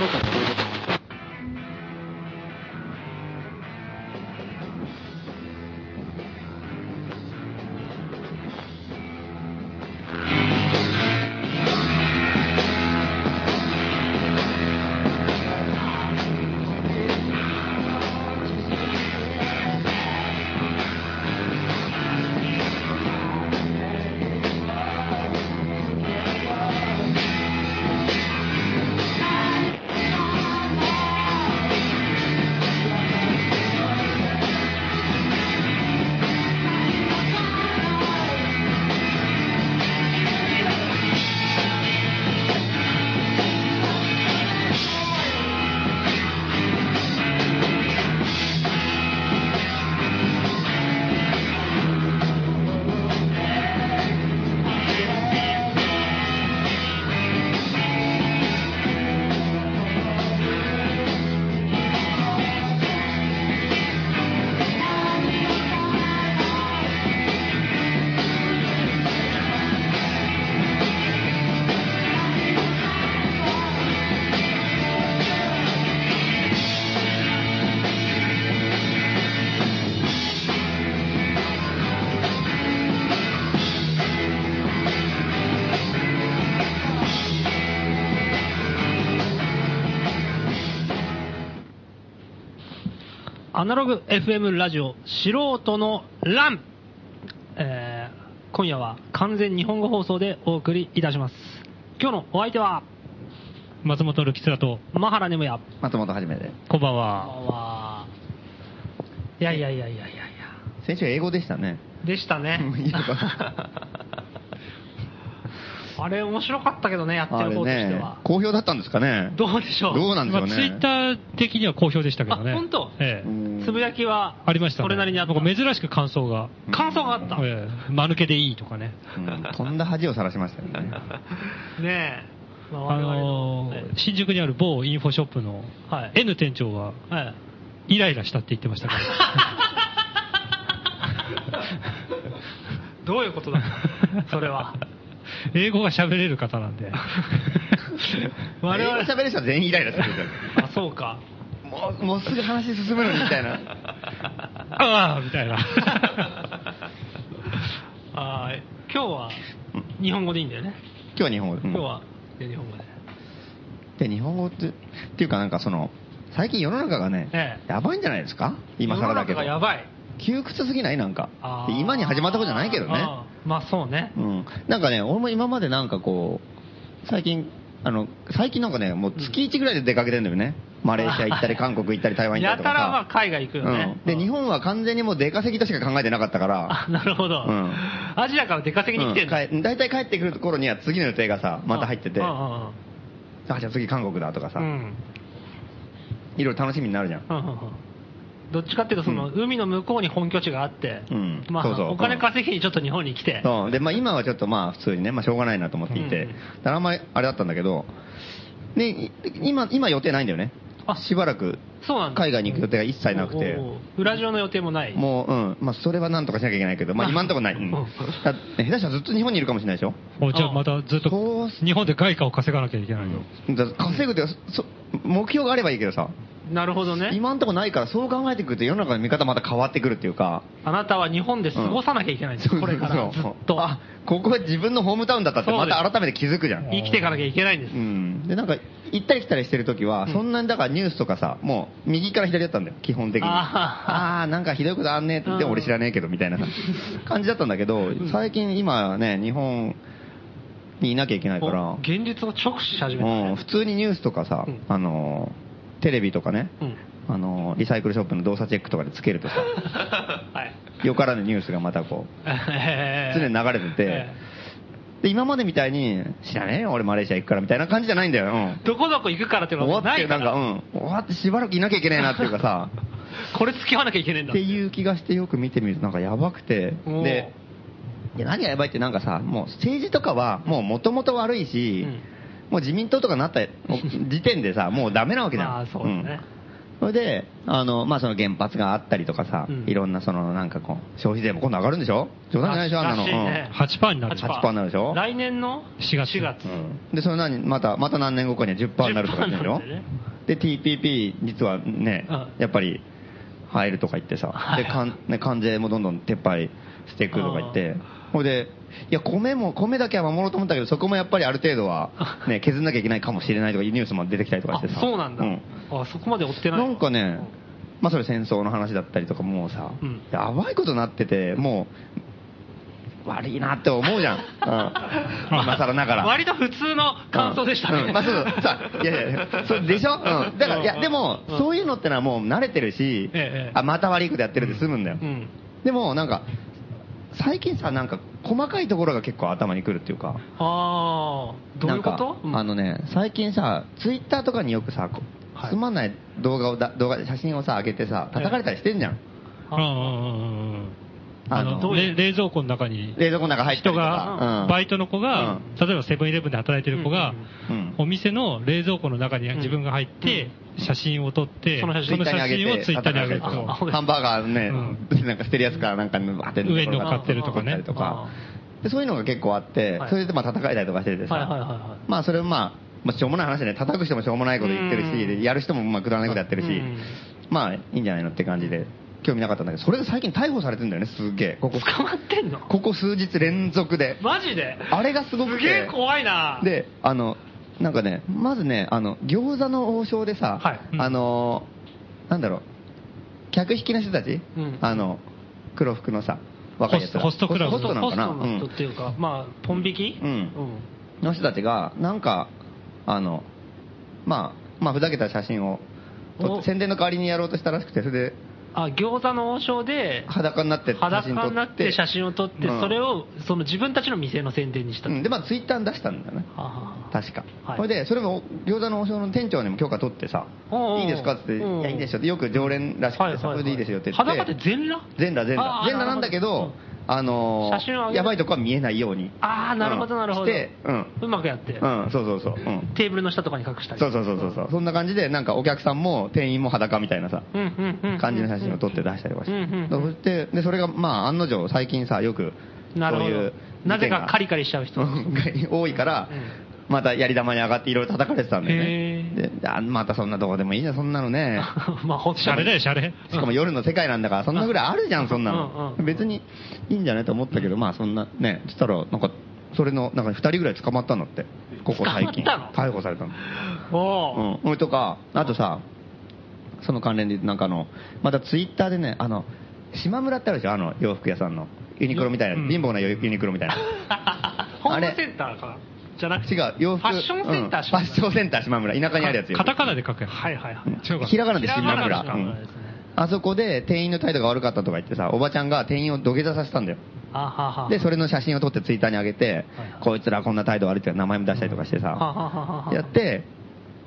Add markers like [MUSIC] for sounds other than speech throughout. ろかったアナログ FM ラジオ素人のラン、えー、今夜は完全日本語放送でお送りいたします今日のお相手は松本るきつらと、マハラネムヤ松本はじめで。ここんばんんばは。んはいやいやいやいやいやいや先週英語でしたね。でしたねもういいの [LAUGHS] あれ面白かったけどねやってあるれ方としてねは、、好評だったんですかね。どうでしょうどうなんでしょうね。ツイッター的には好評でしたけどね。あ本当ええうんつぶやきはありましたね。それなりにあったなんか珍しく感想が。うん感想があった、ええ、間抜けでいいとかね。うん飛んだ恥をさらしましたよ [LAUGHS] ねね。え、まあの我々ー、新宿にある某インフォショップのはい N 店長ははいイライラしたって言ってまし [LAUGHS] たから。 [LAUGHS] どういうことだそれは英語が喋れる [LAUGHS] 方なんで。我々英語喋る人は全員イライラするじあそうかゃんもう、もうすぐ話進むのにみたいな。 [LAUGHS] ああみたいな。あー今日は日本語でいいんだよね今日は日本語。うん今日は日本語でで、日本語って、っていうかなんかその、最近世の中がね、ええやばいんじゃないですか今更だけど。世の中がやばい窮屈すぎないなんかあ。ーで今に始まったことじゃないけどね。あーまあそうねうん、なんかね、俺も今までなんかこう、最近、あの、最近なんかね、もう月1ぐらいで出かけてんだよね。マレーシア行ったり、韓国行ったり、台湾行ったやりとたからはさ。海外行くよねうん、で、日本本は完全にもう出稼ぎとしか考えてなかったから、なるほどうんアジアから出稼ぎに来てんだうん帰大体帰ってくる頃には次の予定がさ、また入ってて、うんあ、じゃあ次韓国だとかさ、うんういんうんろいろ楽しみになるじゃん。うんうんうんどっちかっていうとその、う海の向こうに本拠地があって、うんまあそうそうお金稼ぎにちょっと日本に来て、そうで、まあ、今はちょっとまあ普通にね、まあ、しょうがないなと思っていて、うんだからあんまりあれだったんだけど、でい今今予定ないんだよね、あしばらくそうなんだ海外に行く予定が一切なくておうおうおう裏上の予定もないもう、うん、まあ、それはなんとかしなきゃいけないけど、まあ、今のところない、うん、うだん下手したらずっと日本にいるかもしれないでしょ、おじゃあまたずっそとうす日本で外貨を稼がなきゃいけないよ。だから稼ぐってそ目標があればいいけどさ、なるほどね今のところないから、そう考えてくると、世の中の見方、また変わってくるっていうか、あなたは日本で過ごさなきゃいけないんです、これからずっと [LAUGHS] あここは自分のホームタウンだったって、そうまですた改めて気づくじゃん。生きていかなきゃいけないんです、うん、でなんか行ったり来たりしてるときは、そんなにだからニュースとかさ、もう右から左だったんだよ、基本的に。あああー、なんかひどいことあんねって、でうん俺知らねえけどみたいな [LAUGHS] 感じだったんだけど、最近今ね、日本にいなきゃいけないからお、現実を直視し始めたうん、ね普通にニュースとかさうん、あのーテレビとかね、うん、 [LAUGHS] あのーリサイクルショップの動作チェックとかでつけるとさ、はいよからぬニュースがまたこう、常に流れててえで今までみたいに、知らねえよ、俺マレーシア行くからみたいな感じじゃないんだよ。うんえどこどこ行くからっていうの終はわっなて、いかなんらか、うん、終わってしばらくいなきゃいけないなっていうか [LAUGHS] さ、これ付き合わなきゃいけないんだっていう気がしてよく見てみると、なんかやばくて、おうで、いや何がやばいってなんかさ、もう政治とかは、もうもともと悪いし、うん [LAUGHS] もう自民党とかなった時点でさ、もうダメなわけじゃん。まあそうだねうんそれで、あの、まあ、その原発があったりとかさ、うんいろんなその、なんかこう、消費税も今度上がるんでしょ冗談じゃないらでしょあんなの。しいね8%になる。 8%になるでしょ来年の4月4月うんうんで、それ何、また、また何年後かには10%になるとか言ってるでしょ10%になるんだよねで、TPP、実はねうん、やっぱり、入るとか言ってさ。で、関ね関税もどんどん撤廃していくとか言って。ほいで、いや、米も、米だけは守ろうと思ったけど、そこもやっぱりある程 [LAUGHS] 度は、ね、削んなきゃいけないかもしれないとかいうニュースも出てきたりとかあしてさ。そうなんだ、あそこまで追ってないなんかね、まあそれ戦争の話だったりとかもうさ、うんやばいことになってて、もう、悪いなって思う [LAUGHS] じゃん。うん、今更ながら。割と普通の感想でしたね、うんうんまあそうそうさいやいや、そうでしょ、うん、だから、いや、でも、そういうのってのはもう慣れてるし、ええあ、また悪いことやってるで済むんだよ。うんでも、なんか、最近さ、なんか、細かいところが結構頭にくるっていうか。ああどういうことなんかあのね、最近さ、ツイッターとかによくさ、こうはいつまんない動画をだ、動画で写真をさ、上げてさ、叩かれたりしてんじゃん。うんうんうんうんうん。ああのの、れ冷蔵庫の中に冷蔵庫の中入った人りとかが、バイトの子が、例えばセブンイレブンで働いてる子が、うんうんお店の冷蔵庫の中に自分が入って、写真を撮って、そのツ写イッターに上げをて、ツイッターに上げる叩かれたりととかハンバーガーね、なんか捨てるやつからなんかね、バーって上に乗っかってるとかね乗っかったりとかあでそういうのが結構あっては、いそれでまあ叩かれたりとかしててはいはいはいさ、はまあそれもまあ、まあしょうもない話でね、叩く人もしょうもないこと言ってるし、うんでやる人もまあくだらないことやってるしうん、まあいいんじゃないのって感じで、興味なかったんだけど、それが最近逮捕されてんだよね、すっげえ。ここい捕まってんのここ数日連続で。マジであれがすごくてすげえ怖いなで、あの、なんかね、まずね、あの、餃子の王将でさ、はいうんあの、なんだろう、客引きの人たち、うんあの、黒服のさ、若いやつらホストホストクラブホストなのかなホストの人っていうか、まあポン引きうんうんの人たちが、なんか、あの、まあ、まあ、ふざけた写真を撮っおて、宣伝の代わりにやろうとしたらしくて、それで、あ餃子の王将で裸になって写裸真撮になっ、ってて写真を撮って、うんそれをその自分たちの店の宣伝にした、うん、で、まあ、ツイッターに出したんだよね。はあはあ確か。はいそれで、それも餃子の王将の店長にも許可取ってさ、おうおういいですかって言おうっおうて、いや、いいですよって、よく常連らしくはいてはさ、いはそれいでいいですよって言って。裸で全裸全裸、全あ裸。ー全裸なんだけど、あのー写真を上げるやばいとこは見えないように。ああなるほどうんなるほど、して、うん。うまくやって、 [LAUGHS] うん、そうそうそう。うん。テーブルの下とかに隠したりそうそうそうそうそう。そんな感じで、なんかお客さんも店員も裸みたいなさ、うんうんうんうん感じの写真を撮って出したりとかして。うんうんそして、で、それが、まあ、案の定、最近さ、よく、なるほどそういうなぜ事件がかカリカリしちゃう人うん [LAUGHS] 多いからうん、またやり玉に上がっていろいろ叩かれてたんだよねへ。で、あまたそんなとこでもいいじゃん、そんな [LAUGHS] のね。まあ本当シャレだよ、シャレ。しかも夜の世界なんだから、そんなぐらいあるじゃん、そんなのうんう。ん別にいいんじゃないと思ったけど、まあそんな、ね、そしたら、なんか、それの、なんか2人ぐらい捕まったんだって。ここ最近。捕まった逮捕されたの。おうお、ん。それとか、あとさ、その関連で言うと、なんかあの、またツイッターでね、あの、島村ってあるでしょ、あの、洋服屋さんの。ユニクロみたいな、うん貧乏なユユニクロみたいな。ホームセンターかなじゃなくて違う、洋服。ファッションセンターうんファッションセンター島村。田舎にあるやつよ。カタカナで書くやん。はいはいはい違うかひらがなで島村。ひらがなで島村ですねうんあそこで店員の態度が悪かったとか言ってさ、おばちゃんが店員を土下座させたんだよ。あははで、それの写真を撮ってツイッターに上げては、いこいつらこんな態度悪いって名前も出したりとかしてははさ、ははやって、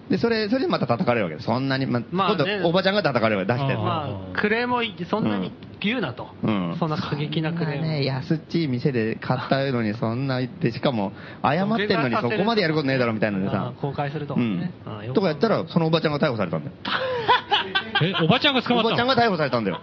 で、それ、それでまた叩かれるわけです。そんなに、ま、まあ今ね度おばちゃんが叩かれるわけ、出してる。まあクレームを言ってそんなに言うなと、うんそんな過激なクレーム、ね、安っちい店で買ったのにそんな言って、しかも謝ってんのにそこまでやることねえだろみたいなのでさあー、公開するとうかんねあーよくとかやったら、そのおばちゃんが逮捕されたんだよ。え、おばちゃんが捕まおったのばちゃんが逮捕されたんだよ。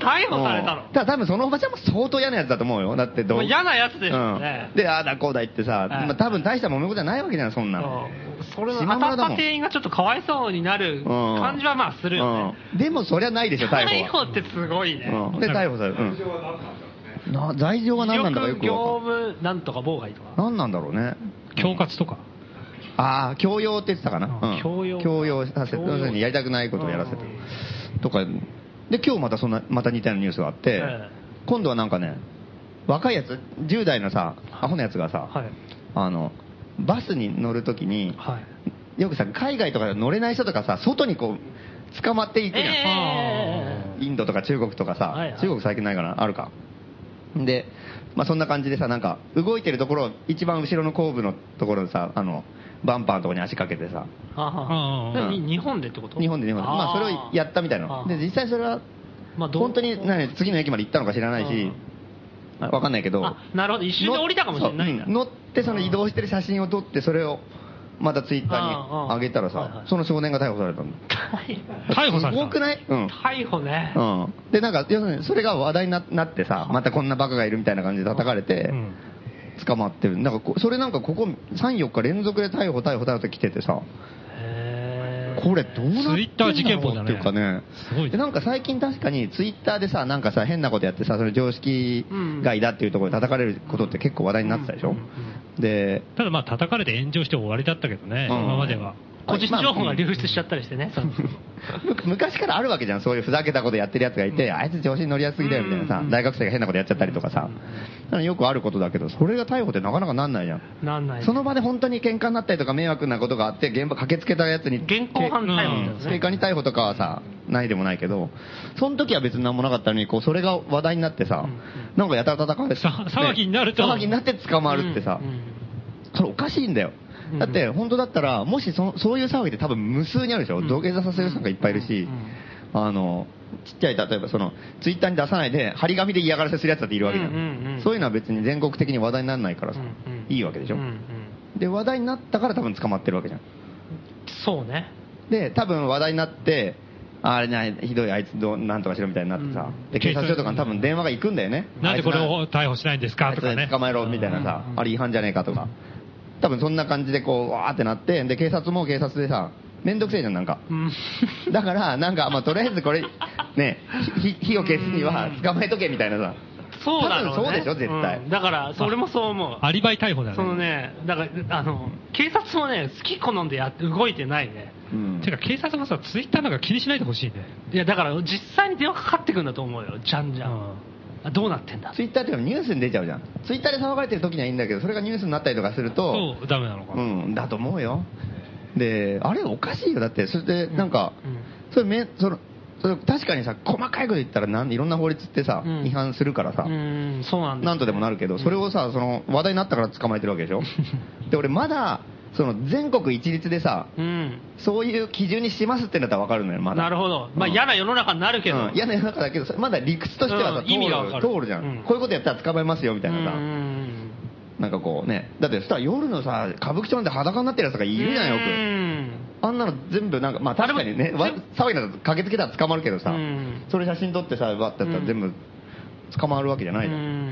逮捕されたのうんだから多分そのおばちゃんも相当嫌なやつだと思うよ。だってどもうう嫌なやつですよねうん、で、ああだこうだ言ってさ、はいまあ、多分大した揉め事じゃないわけじゃん、そんなの。そうそれの島当た村っだもたん店員がちょっとかわいそうになる感じはまあするよね、うんでもそりゃないでしょ、逮逮捕捕は。ってすごいね、うん、で、逮捕される。うんな罪状は何なんだかよく業わか務なんとか妨害とかん何なんだろうね。恐喝とか。ああ、強要って言ってたかな。うん強要強要させて、強要要するにやりたくないことをやらせてう。とか、で、今日またそんな、また似たようなニュースがあって、ええ今度はなんかね、若いやつ、10代のさ、アホなやつがさ、はいあの、バスに乗るときに、はいよくさ、海外とかで乗れない人とかさ、外にこう、捕まっていくじゃん。えインドとか中国とかさ、はいはい中国最近ないかな、あるか。で、まあそんな感じでさ、なんか、動いてるところ、一番後ろの後部のところでさ、あの、バンパーのところに足かけてさ、ーははうんでに日本でってこと日本で日本で、ーまあそれをやったみたいあな。ーで、実際それは、まあどう本当に何次の駅まで行ったのか知らないし、あわかんないけど、あなるほど一瞬で降りたかもしれないんだそううん乗ってその移動してる写真を撮ってそれをまたツイッターにああ上げたらはいはさい、その少年が逮捕されたんだ。逮捕されたすごくないうん。逮捕ね。うん。で、なんか、要するに、それが話題にななってさ、またこんなバカがいるみたいな感じで叩かれてう、ん捕まってる。なんかこ、それなんかここ3、4日連続で逮捕、逮捕、逮捕って来ててさ、へーこれどうなってんだろうツイッター事件簿だねっていうかね。すごいねでなんか最近確かにツイッターでさ、なんかさ、変なことやってさ、それ常識外だっていうところで叩かれることって結構話題になってたでしょ、うんうんで、ただまあ叩かれて炎上して終わりだったけどね、うん今までは。個人情報が流出しちゃったりしてね。そのむ昔からあるわけじゃん、そういうふざけたことやってるやつがいて、あいつ調子に乗りやすすぎだよみたいなさ、うん大学生が変なことやっちゃったりとかさ、だからよくあることだけど、それが逮捕ってなかなかなんないじゃん。なんない。その場で本当に喧嘩になったりとか迷惑なことがあって、現場駆けつけたやつに、現行犯逮捕みたいな警ね。官に逮捕とかはさ、ないでもないけど、その時は別に何もなかったのに、こう、それが話題になってさ、うんなんかやたら叩かれて、さ騒ぎになるとね騒ぎになって捕まるってさ、うんうんそれおかしいんだよ。だって、本当だったら、もしそそういう騒ぎって多分無数にあるでしょ、ん土下座させる人がいっぱいいるし、あの、ちっちゃい、例えばその、ツイッターに出さないで、張り紙で嫌がらせするやつだっているわけじゃん。うんうんうんそういうのは別に全国的に話題にならないからさ、うんうんいいわけでしょ、うんうんで、話題になったから多分捕まってるわけじゃん。そうね。で、多分話題になって、あれな、ひどい、あいつどう、なんとかしろみたいになってさ、うんで、警察署とかに多分電話が行くんだよね。なんでこれあいを逮捕しないんですつなあかいつとかね。捕まえろみたいなさ、うんあれ違反じゃねえかとか。多分そんな感じでこう、わーってなって、で、警察も警察でさ、めんどくせえじゃん、なんか。うん。 [LAUGHS] だから、なんか、まあ、とりあえずこれ、ね、ひ火を消すには捕まえとけみたいなさ。そうだろうね。多分そうでしょ、絶対。うんだから、それもそう思う。アリバイ逮捕だね。そのね、だから、あの、警察もね、好き好んでやって動いてないね。うんてか警察もさ、ツイッターなんか気にしないでほしいね。いや、だから、実際に電話かかってくるんだと思うよ。じゃんじゃん。あどうなってんだツイッターっていうのはニュースに出ちゃうじゃん。ツイッターで騒がれてる時にはいいんだけど、それがニュースになったりとかすると、そう、ダメなのかうな。ん、だと思うよ。で、あれおかしいよ。だって、それで、なんか、うんうんそれめ、その、それ確かにさ、細かいこと言ったらなん、いろんな法律ってさ、うん違反するからさ、うーん、そうなんだ。なんとでもなるけど、それをさ、その、話題になったから捕まえてるわけでしょ。で、俺まだ、その、全国一律でさ、うん。そういう基準にしますってんだったらわかるのよ、まだ。なるほど。まあ、うん嫌な世の中になるけど。うん、嫌な世の中だけど、それまだ理屈としてはさ、うん意味がわかる通る通るじゃん,、うんこういうことやったら捕まえますよみたいなさ、うんうんなんかこうね、だってそしたら夜のさ、歌舞伎町なんて裸になってるやつがいうん。るじゃん、ようく。んあんなの全部なんか、まあ確かにね、わ騒ぎだと駆けつけたら捕まるけどさ、うんそれ写真撮ってさ、わってやったら全部捕まるわけじゃないじゃん。うん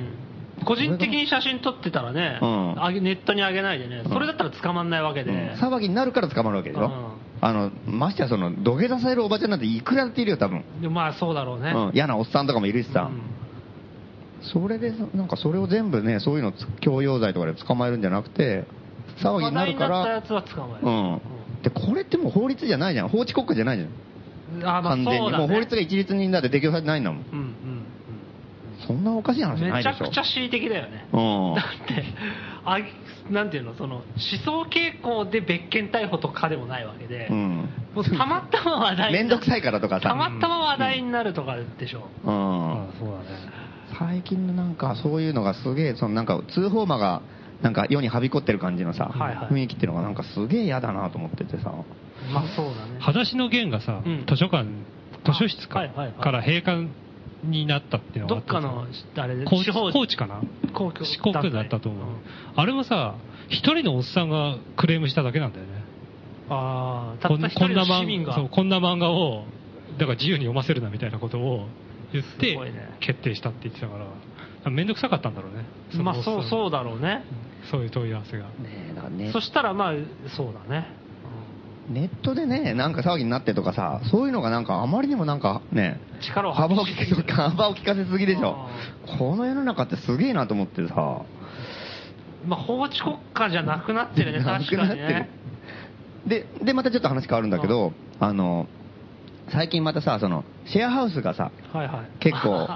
個人的に写真撮ってたらね、うんあげネットに上げないでね、うんそれだったら捕まんないわけで、うん騒ぎになるから捕まるわけでしょ、うんあのましてやその土下座されるおばちゃんなんていくらだっているよ、多分、でまあそうだろううね、ん、嫌なおっさんとかもいるしさ、うんそれで、なんかそれを全部ね、そういうのつ強要罪とかで捕まえるんじゃなくて、騒ぎ話にな題るにかなったらや、つは捕まえる、うん。で、これってもう法律じゃないじゃん。法治国家じゃないじゃん。うんあまあ完全そに。うだ、ね、もう法律が一律にだって適用されてないんだもん。うんそんなおかしいうんうん話じゃなめちいでゃしょ。くちゃ恣意的だよね、 [LAUGHS] うんだってあげ、なんていうの、その思想傾向で別件逮捕とかでもないわけで、うん。もうたまたま話題めんどくさいからとかさ。たまたま話題になるとかでしょ、うん。あそうだね。最近のなんかそういうのがすげえ、そのなんか通報魔がなんか世にはびこってる感じのさ、はいはい雰囲気っていうのがなんかすげえ嫌だなと思っててさ。まあそうだね。裸足の弦がさ、うん図書館、図書室あかはいはいはいから閉館になったっていうのがどあっったかじゃんの、あれで、高知地方高知かな公共四国だったと思う団。あれもさ、一人のおっさんがクレームしただけなんだよね。体ああ、たった一人の市民が。そうこんな漫画を、だから自由に読ませるなみたいなことを言っすてごいね、決定したって言ってたから、めんどくさかったんだろうね。まあそうう。そうだろうね。そういう問い合わせが。ねえ、だからねそしたらまあ、そうだね。ネットでね、なんか騒ぎになってとかさ、そういうのがなんかあまりにもなんかね、力を発揮幅をし利すか [LAUGHS] ぎてせ、る幅を利かせすぎでしょあ。この世の中ってすげえなと思ってさ。まあ法治国家じゃなくなってる [LAUGHS] ね、な確くかなっにてるね。で、で、またちょっと話変わるんだけど、あの、最近またさ、その、シェアハウスがさ、はいはい。結構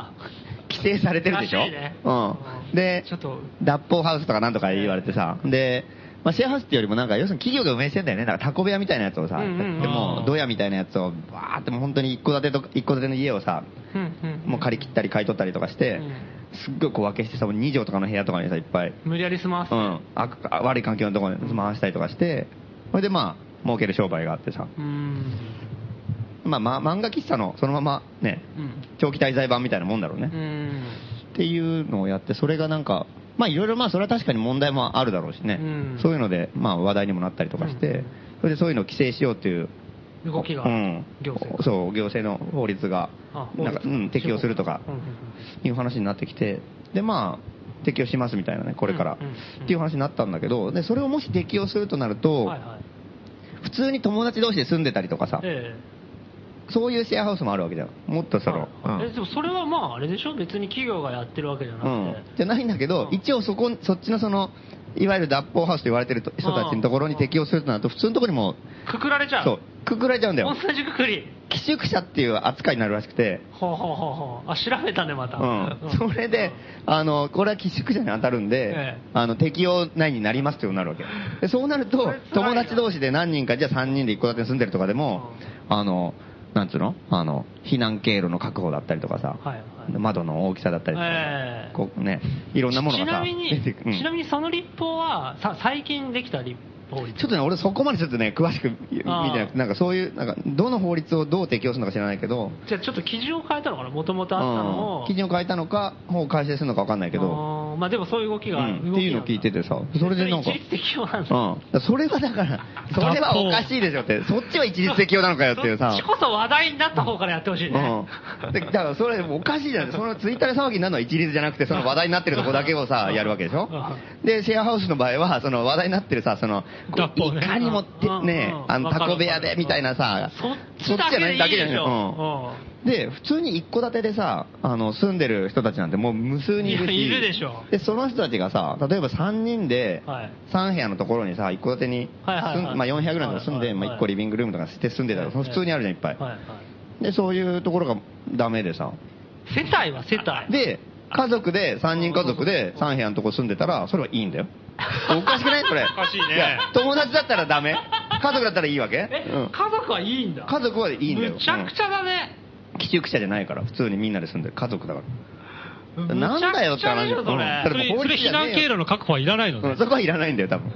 規制されてるでしょらしいねうん。うでん、ちょっと脱法ハウスとかなんとか言われてさ、で、まあ、シェアハウスっていうよりもなんか、要するに企業が運営してんだよね。だからタコ部屋みたいなやつをさ、うんうんうんでもう、ドヤみたいなやつを、バーってもう本当に一戸建てとか、一戸建ての家をさ、 [LAUGHS] うんうんもう借り切ったり買い取ったりとかして、うんすっごい小分けしてさ、2畳とかの部屋とかにさ、いっぱい、無理やり済ますう。ん、悪あ悪い環境のところに回したりとかして、それでまあ、儲ける商売があってさ、うん。まあ、ま漫画喫茶のそのままね、うん長期滞在版みたいなもんだろうね。うん。っていうのをやって、それがなんか、まあいろいろまあそれは確かに問題もあるだろうしね、うんそういうのでまあ話題にもなったりとかして、うんそれでそういうのを規制しようっていう動きが、うん、行政そう行政の法律があなんか、法う律ん、適用するとかうんうんいう話になってきてでまあ適用しますみたいなねこれから、うんうんっていう話になったんだけどでそれをもし適用するとなると、うんはいはい普通に友達同士で住んでたりとかさ、えそういうシェアハウスもあるわけじゃんもっとえその、はういんえでもそれはまああれでしょ別に企業がやってるわけじゃなくうて、ん、じゃないんだけど、うん一応そこそっちのそのいわゆる脱法ハウスと言われてると人たちのところに適用するとなると普通のところにもくくられちゃうそうくくられちゃうんだよ同じくくり寄宿舎っていう扱いになるらしくてほうほうほうほうあ調べたねまた、うん、それで、あのこれは寄宿舎に当たるんで、ええあの適用内になりますというなるわけでそうなるそとれ辛いな友達同士で何人かじゃあ3人で一戸建てに住んでるとかでも、あのなんつうのあの避難経路の確保だったりとかさ、はいはい窓の大きさだったりとか、ええこうね、いろんなものがちさなみに、出てくるうんちなみにその立法はさ最近できた立法律ちょっとね、俺そこまでちょっとね、詳しく見てああなくて、なんかそういう、なんか、どの法律をどう適用するのか知らないけど、じゃあちょっと基準を変えたのかなもともとあったのうんを基準を変えたのか、法を改正するのか分かんないけど、あーまあでもそういう動きが、うん動きがっていうのを聞いててさそれでなんか一律適用なんだうん。それは [LAUGHS] だから、それはおかしいでしょって、そっちは一律適用なのかよっていそうさ [LAUGHS] っち。こそ話題になった方からやってほしいね、うん。でだからそれおかしいじゃないそのツイッターで騒ぎになるのは一律じゃなくて、その話題になってるとこだけをさ、やるわけでしょで、シェアハウスの場合は、その話題になってるさ、その、こう脱法ねいかにもってうんねう、んあの、わタかるコ部屋でみたいなさ、そっちだけでいいそっちじゃでないしょ、うんで、普通に一戸建てでさ、あの、住んでる人たちなんてもう無数にいるし。いやいるでしょで、その人たちがさ、例えば3人で、はい3部屋のところにさ、一戸建てに住ん、はいはいはいまあ4部屋ぐらいのとこ住んで、はいはいまあ1個リビングルームとかして住んでたら、その普通にあるじゃん、いっぱい。はいはいで、そういうところがダメでさ。世帯は世帯で、家族で、3人家族で3部屋のとこ住んでたら、それはいいん [LAUGHS] だよ。おかしくないそれ。おかしいねや友達だったらダメ家族だったらいいわけえ、うん。家族はいいんだ家族はいいんだよ。むちゃくちゃだね、うん寄宿舎じゃないから、普通にみんなで住んでる家族だから。むちゃくちゃだよんなんだよって話そそれれ、うんそれ避難経路の確保はいらないのうねん、。そこはいらないんだよ、多分。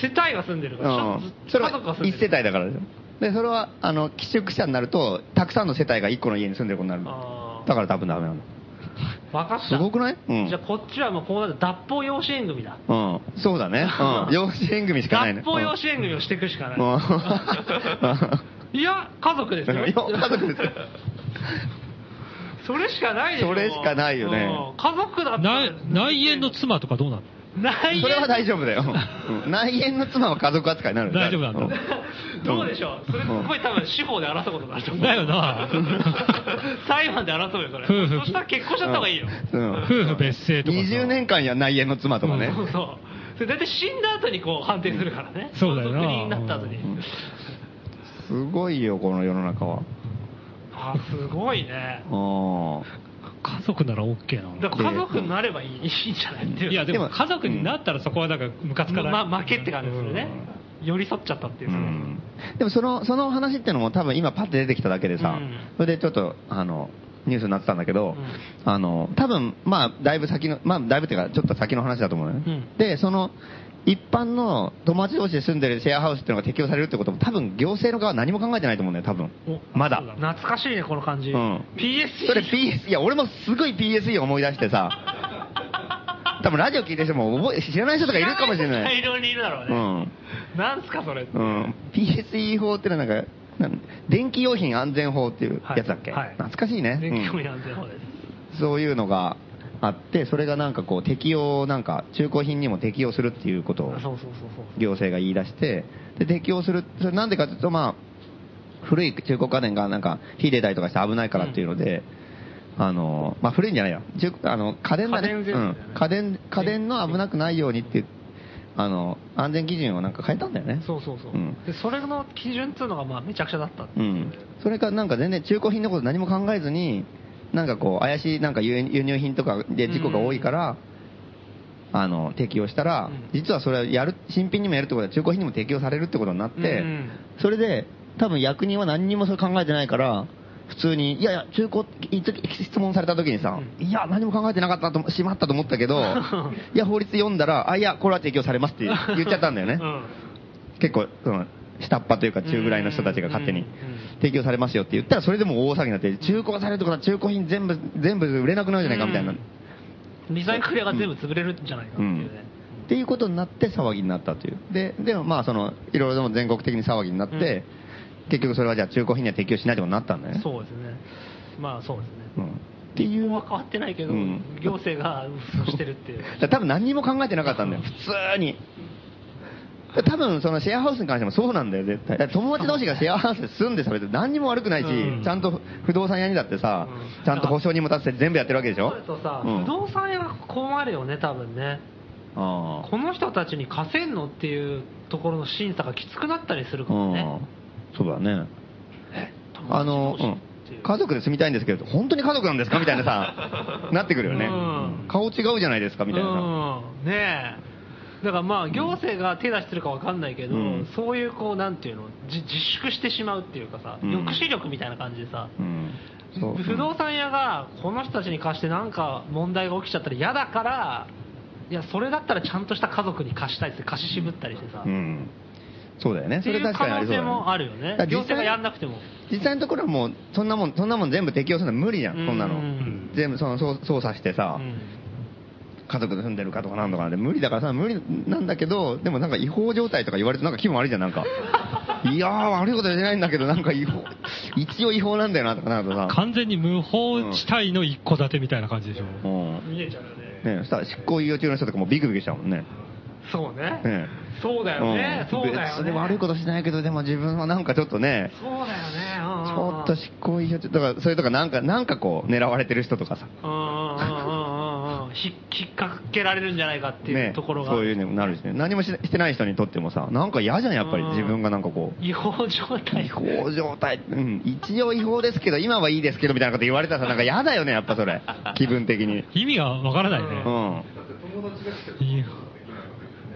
世帯が住んでるうから、ん。そ家れは族が住ん一で世る帯だからでしょ。で、それは、あの、寄宿舎になると、たくさんの世帯が一個の家に住んでることになるあーだから多分ダメなの。分かったすごくないうんじゃあこっちはもうこうなって脱法養子縁組だうん。そうだね。 [LAUGHS] うん。養子縁組しかないね。脱法養子縁組をしていくしかない、うん [LAUGHS] いや家族ですよ [LAUGHS] いや家族ですよ [LAUGHS] それしかないでしょそれしかないよねうん家族だったなら内縁の妻とかどうなの内縁それは大丈夫だよ。うん内縁の妻は家族扱いになるよ大丈夫なんだうん [LAUGHS] どうでしょうそれすごい多分司法で争うことになると思うだよな [LAUGHS] 裁判で争うよそれ夫婦そしたら結婚しちゃった方がいいよ、うん夫婦別姓とかさ。 20年間や内縁の妻とかね。そうそうそれ大体死んだ後にこう判定するからね、そうだよな相続人になった後に、うんすごいよ、この世の中は。あすごいねあ家族なら OK なのだから家族になればいいいいんじゃないっていういや、ででもも家族になったらそこはなんかムカつかない。ま、負けって感じするね、寄り添っちゃったっていううそのんでもそのその話ってのも多分今パッて出てきただけでさ、うんそれでちょっとあのニュースになってたんだけど、うあの多分まあだいぶ先のまあだいぶっていうかちょっと先の話だと思うのね、うんでその一般の友達同士で住んでるシェアハウスっていうのが適用されるってことも多分行政の側は何も考えてないと思うんだよ多分おまだそう懐かしいねこの感じ、うん PSE それ PS いや俺もすごい PSE を思い出し [LAUGHS] てさ多分ラジオ聞いてる人も覚え知らない人とかいるかもしれない大量にいるだろううね、んなんすかそれ、うん、PSE 法ってのはなんか、なん電気用品安全法っていうはいやつだっけ、はい懐かしいね、電気う組ん合安全法です、そういうのがあって、それがなんかこう、適用、なんか中古品にも適用するっていうことをあそうそうそうそう行政が言い出して、で適用する、それなんでかというと、まあ、古い中古家電がなんか火出たりとかして危ないからっていうので、あのまあ、古いんじゃないや、中古あの家電だね家電全う部だよんね、家電、家電の危なくないようにっていうあの、安全基準をなんか変えたんだよね。そうそうそう、うんでそれの基準っていうのがまあめちゃくちゃだったってういん、それかなんか全然中古品のこと何も考えずに、なんかこう、怪しいなんか輸輸入品とかで事故が多いから、あの適用したら、うん実はそれはやる新品にもやるってことは、中古品にも適用されるってことになって、うんそれで、多分役人は何にもそれ考えてないから、普通に、いやいや、中古、いつ質問された時にさ、うんいや、何も考えてなかったと、しまったと思った [LAUGHS] けど、いや、法律読んだら、あ、いや、これは適用されますって言っちゃったんだよね。うん結構その下っ端というか中ぐらいの人たちが勝手うにん提供されますよって言ったらそれでもう大騒ぎになって中古がされるってことは中古品全部全部売れなくなるじゃないかみたいなうんリサイクル屋が全部潰れるんじゃないかっていうね。っていうことになって騒ぎになったという。で、でもまあその、いろいろでも全国的に騒ぎになって、結局それはじゃあ中古品には適用しないとになったんだよね。そうですね。まあそうですね。うん。って理い由う。は変わってないけど、うん行政が [LAUGHS] そうしてるっていう。だから多分何にも考えてなかったんだよ、普通に。だから多分そのシェアハウスに関してもそうなんだよ、絶対。だから友達同士がシェアハウスで住んでさ、別に何にも悪くないし、うんちゃんと不動産屋にだってさ、うんちゃんと保証にも立てて全部やってるわけでしょそう。するとさ、うん不動産屋が困るよね、多分ね。あこの人たちに貸せんのっていうところの審査がきつくなったりするあ、かうらんね。そうだね。友あ達の同、士うっんていう家族で住みたいんですけど、本当に家族なんですかみたいなさ、 [LAUGHS] なってくるよねうん。顔違うじゃないですかみたいな。うん、ねえ。だからまあ、行政が手出してるかわかんないけど、うんそういうこう、なんていうの、じ自粛してしまうっていうかさ、うん抑止力みたいな感じでさ、うん。そう不動産屋がこの人たちに貸してなんか問題が起きちゃったら嫌だから、いや、それだったらちゃんとした家族に貸したいって貸し渋ったりしてさ、うん。そうだよね。ってそいれう確可かにあり能性そうだよねもあるよねだか。ら行実政際がやんなくても。実際のところはもう、そんなもん、そんなもん全部適用するのは無理じゃん、そんなうのん。全部その操操作してうさ、ん家族で住んでるかとかなんとかで無理だからさ、無理なんだけど、でもなんか違法状態とか言われてなんか気分悪いじゃん、な [LAUGHS] んか。いやー、悪いことじゃないんだけど、なんか違法、一応違法なんだよなとかなるとさ。完全に無法地帯の一戸建てみたいな感じでしょ。うん。見えちゃうよね。ねそしたら執行猶予中の人とかもビクビクしたもんね。そうね。ねそうだよね。うんそうだよね。別に悪いことしないけど、でも自分はなんかちょっとね、そうだよね。ちちょっと執行猶予中、だからそれとかなんか、なんかこう、狙われてる人とかさ。うんうんうんうんうんうんひ [LAUGHS] 引っ掛けられるんじゃないかっていうところが、ね、そういうのもなるしね何もししてない人にとってもさなんか嫌じゃんやっぱりうん自分がなんかこう違法状態違法状態、うん、一応違法ですけど今はいいですけどみたいなこと言われたらさなんか嫌だよねやっぱそ [LAUGHS] れ気分的に意味がわからないうんね。ないいよ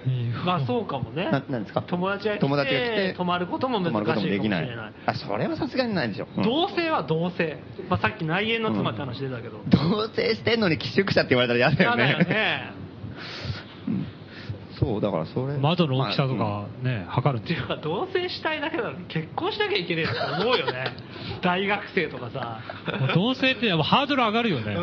いいよ [LAUGHS] まあそうかもねなんですか友達が来て友達が来て泊まることも難しいかもしれない泊まることもできないあそれはさすがにないでしょ、うん同性は同性、まあ、さっき内縁の妻って話出たけど、同棲してん [LAUGHS] のに寄宿舎って言われたら嫌だ嫌よだねよね [LAUGHS] そうだからそれ窓の大きさとまあかね、測るっんてでいすうよ。か同棲したいだけだね結婚しなきゃいけねえって思うよ [LAUGHS] ね大学生とかさもう同棲ってやっぱハードル上がるようね。ん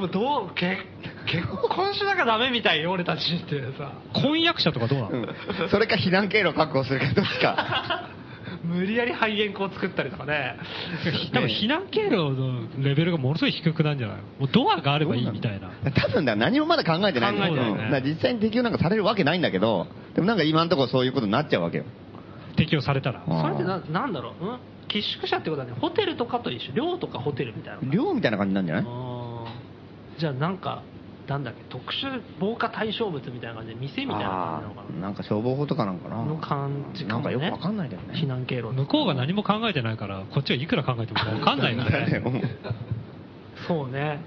もうどうけ結婚しなきゃダメみたいよ俺たちっていう [LAUGHS] さ婚約者とかどうなうのんそれか避難経路を確保するかどっちか無理やり肺炎粉を作ったりとかね多分避難経路のレベルがものすごい低くなんじゃないもうドアがあればいいみたいな。多分だ何もまだ考えてないんだよ考えてないねうんだから実際に適用なんかされるわけないんだけどでもなんか今のところそういうことになっちゃうわけよ適用されたら。それってななんだろう、うん、寄宿舎ってことはねホテルとかと一緒寮とかホテルみたいな感じ量みたいな感じなんじゃないあーじゃあなんかなんだっけ特殊防火対象物みたいな感じで店みたいな感じなのかあーなんか消防法とかなんかななの感じかも、ね、なんかよくわかんないけどね避難経路向こうが何も考えてないから、こっちはいくら考えてもわかんないからね。 [LAUGHS] うんそうね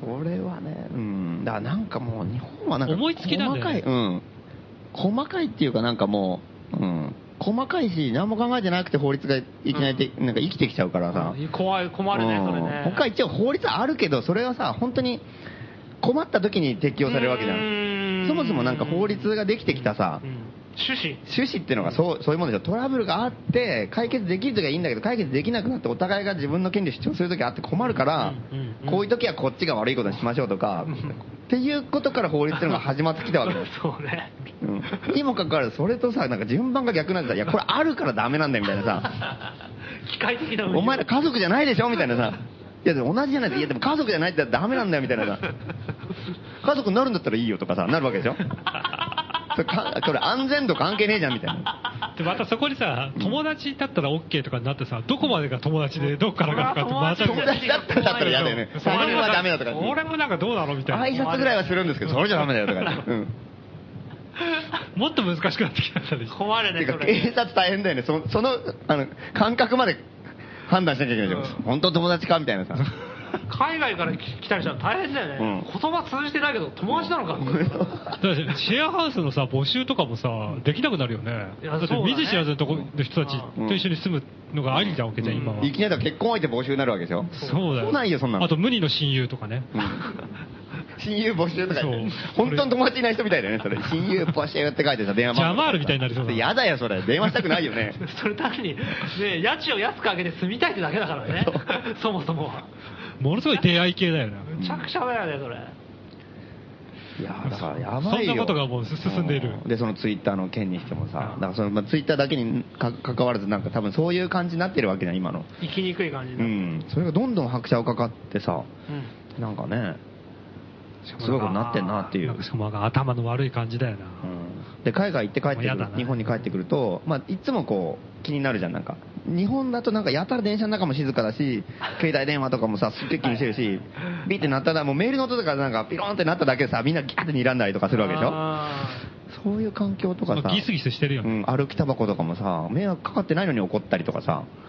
それはねうんだからなんかもう日本はなんか思いつきなんだよね細かい、うん、細かいっていうかなんかもう、うん、細かいし何も考えてなくて法律がいきなりて、なんか生きてきちゃうからさ、うん怖い困るねそれうねん他一応法律はあるけど、それはさ、本当に困った時に適用されるわけじゃうーん。んそもそもなんか法律ができてきたさう、ん趣旨趣旨っていうのがそうそういうものでしょ。トラブルがあって、解決できるときはいいんだけど、解決できなくなってお互いが自分の権利を主張するときあって困るからうんうんう、んこういうときはこっちが悪いことにしましょうとか、っていうことから法律っていうのが始まってきたわけです。 [LAUGHS] そうねうんにもかかわらず、それとさ、なんか順番が逆なんだ。いや、これあるからダメなんだよ、みたいなさ。機械的な [LAUGHS] お前ら家族じゃないでしょみたいなさ。いや、でも同じじゃないいや、でも家族じゃないってダメなんだよ、みたいなさ。家族になるんだったらいいよとかさ、なるわけでしょそれかそれ安全度関係ねえじゃん、みたいな。で、またそこにさ、友達だったら OK とかになってさ、どこまでが友達で、どこからかとかって、また友友達達だったらだったら嫌だよね。そう3人はダメだとか。俺もなんかどうなのみたい挨な。拶ぐらいはするんですけど、それじゃダメだよとか。うん。もっと難しくなってきましたね。困るてねかそ、警れ察大変だよね。そその、あの、感覚まで判断しなきゃいけないじゃん。本当友達かみたいなさ。海外から来たりしたら大変だよね、うん言葉通じてないけど友達なのかだからシェアハウスのさ、募集とかもさ、できなくなるよね。いやだってそうだね見ず知らずのとこの人たちと一緒に住むのがありなわけじゃん、今は。いきなりだから結婚相手募集になるわけでしょ。そうだよ。来ないよそんなのあと、無二の親友とかね。親友募集とか言ってそう本当に友達いない人みたいだよね、 [LAUGHS] それ。親友募集って書いてさ、電話番号ジャマールみたいになりそうだやだよ、それ。電話したくないよ [LAUGHS] ね。それ単に、ね、家賃を安く上げて住みたいってだけだからね、そもそもは。ものすごい出会い系だよな。むちゃくちゃだよね、それ。いやーだからやばいよそんなことがもう進んでいるでそのツイッターの件にしてもさうんだからその、まあ、ツイッターだけにか関わらずなんか多分そういう感じになってるわけじゃん今の生きにくい感じうになるんそれがどんどん拍車をかかってさうんなんかねすごいことになってんなっていうなんかしかもなんか頭の悪い感じだよな。で海外行って帰ってくもうやだるな日本に帰ってくると、まあ、いつもこう気になるじゃんなんか日本だとなんかやたら電車の中も静かだ [LAUGHS] し携帯電話とかもさすっげえ気にしてるしビってなったらもうメールの音とかなんかピローンってなっただけでさみんなギャーって睨んだりとかするわけでしょあそういう環境とかさギスギスしてるようね。ん、歩きタバコとかもさ迷惑かかってないのに怒ったりとかさ、ー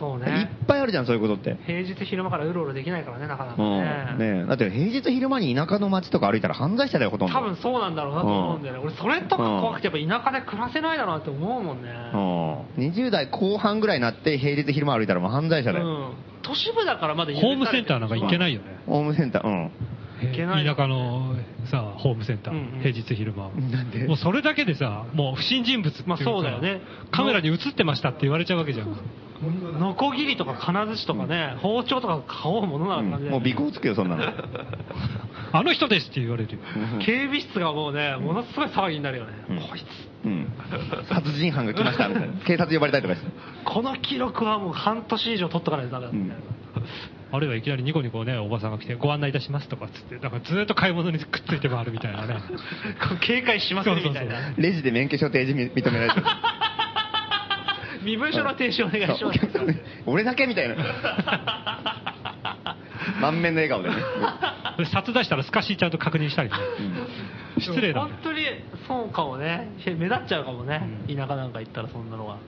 そういっね。ぱいあるじゃんそういうことって、平日昼間からうろうろできないからね、なかなかうんね。ねえだって平日昼間に田舎の街とか歩いたら犯罪者だよほとんど多分そうなんだろうなと思うんだよね。俺、それとか怖くて、やっぱ田舎で暮らせないだろうなって思うもんね。うん、20代後半ぐらいになって平日昼間歩いたらもう犯罪者だよ、うん都市部だからまだホームセンターなんか行けないよね。ホームセンター、うん。いけない田舎のさ、ホームセンター、うんうん平日昼間。なんでもうそれだけでさ、もう不審人物っていうか、まあそうだよねカメラに映ってましたって言われちゃうわけじゃん。ノコギリとか金槌とかね、包丁とか買おうものなら感じもう尾行つくよ、そんなの。あの人ですって言われるよ。警備室がもうね、ものすごい騒ぎになるよね。うんうん。殺人犯が来ました、みたいな。警察呼ばれたりとかして。この記録はもう半年以上取っとかないとダメだみたいな。あるいはいきなりニコニコね、おばさんが来て、ご案内いたしますとかっつって、なんかずーっと買い物にくっついて回るみたいな [LAUGHS] ね。警戒しますねみたいな。レジで免許証提示み認められてる。身分証の停止お願いしそまうおす。客さんね俺だけみたいな。満面の笑顔でね。で札出したらすかしちゃんと確認したりね、失礼だね本当にそうかもね。目立っちゃうかもね。う田舎なんか行ったらそんなのが。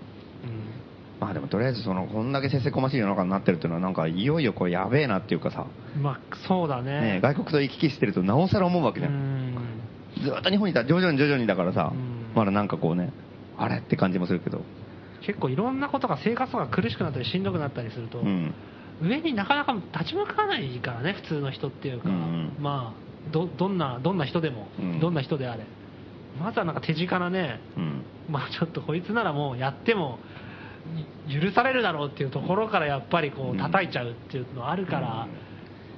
まあでもとりあえずその、こんだけせっせこましい世の中になってるっていうのはなんかいよいよこれやべえなっていうかさ、まあ、そうだねね。え、外国と行き来してるとなおさら思うわけじうゃん。ん。ずーっと日本にいたら徐々に徐々にだからさうん、まだなんかこうね、あれって感じもするけど。結構いろんなことが生活が苦しくなったりしんどくなったりすると、うん。上になかなか立ち向かわないからね普通の人っていうか、うんうんまあどどんなどんな人でも、うんどんな人であれまずはなんか手近なねうん。まあちょっとこいつならもうやってもい許されるだろうっていうところからやっぱりこううん叩いちゃうっていうのあるから、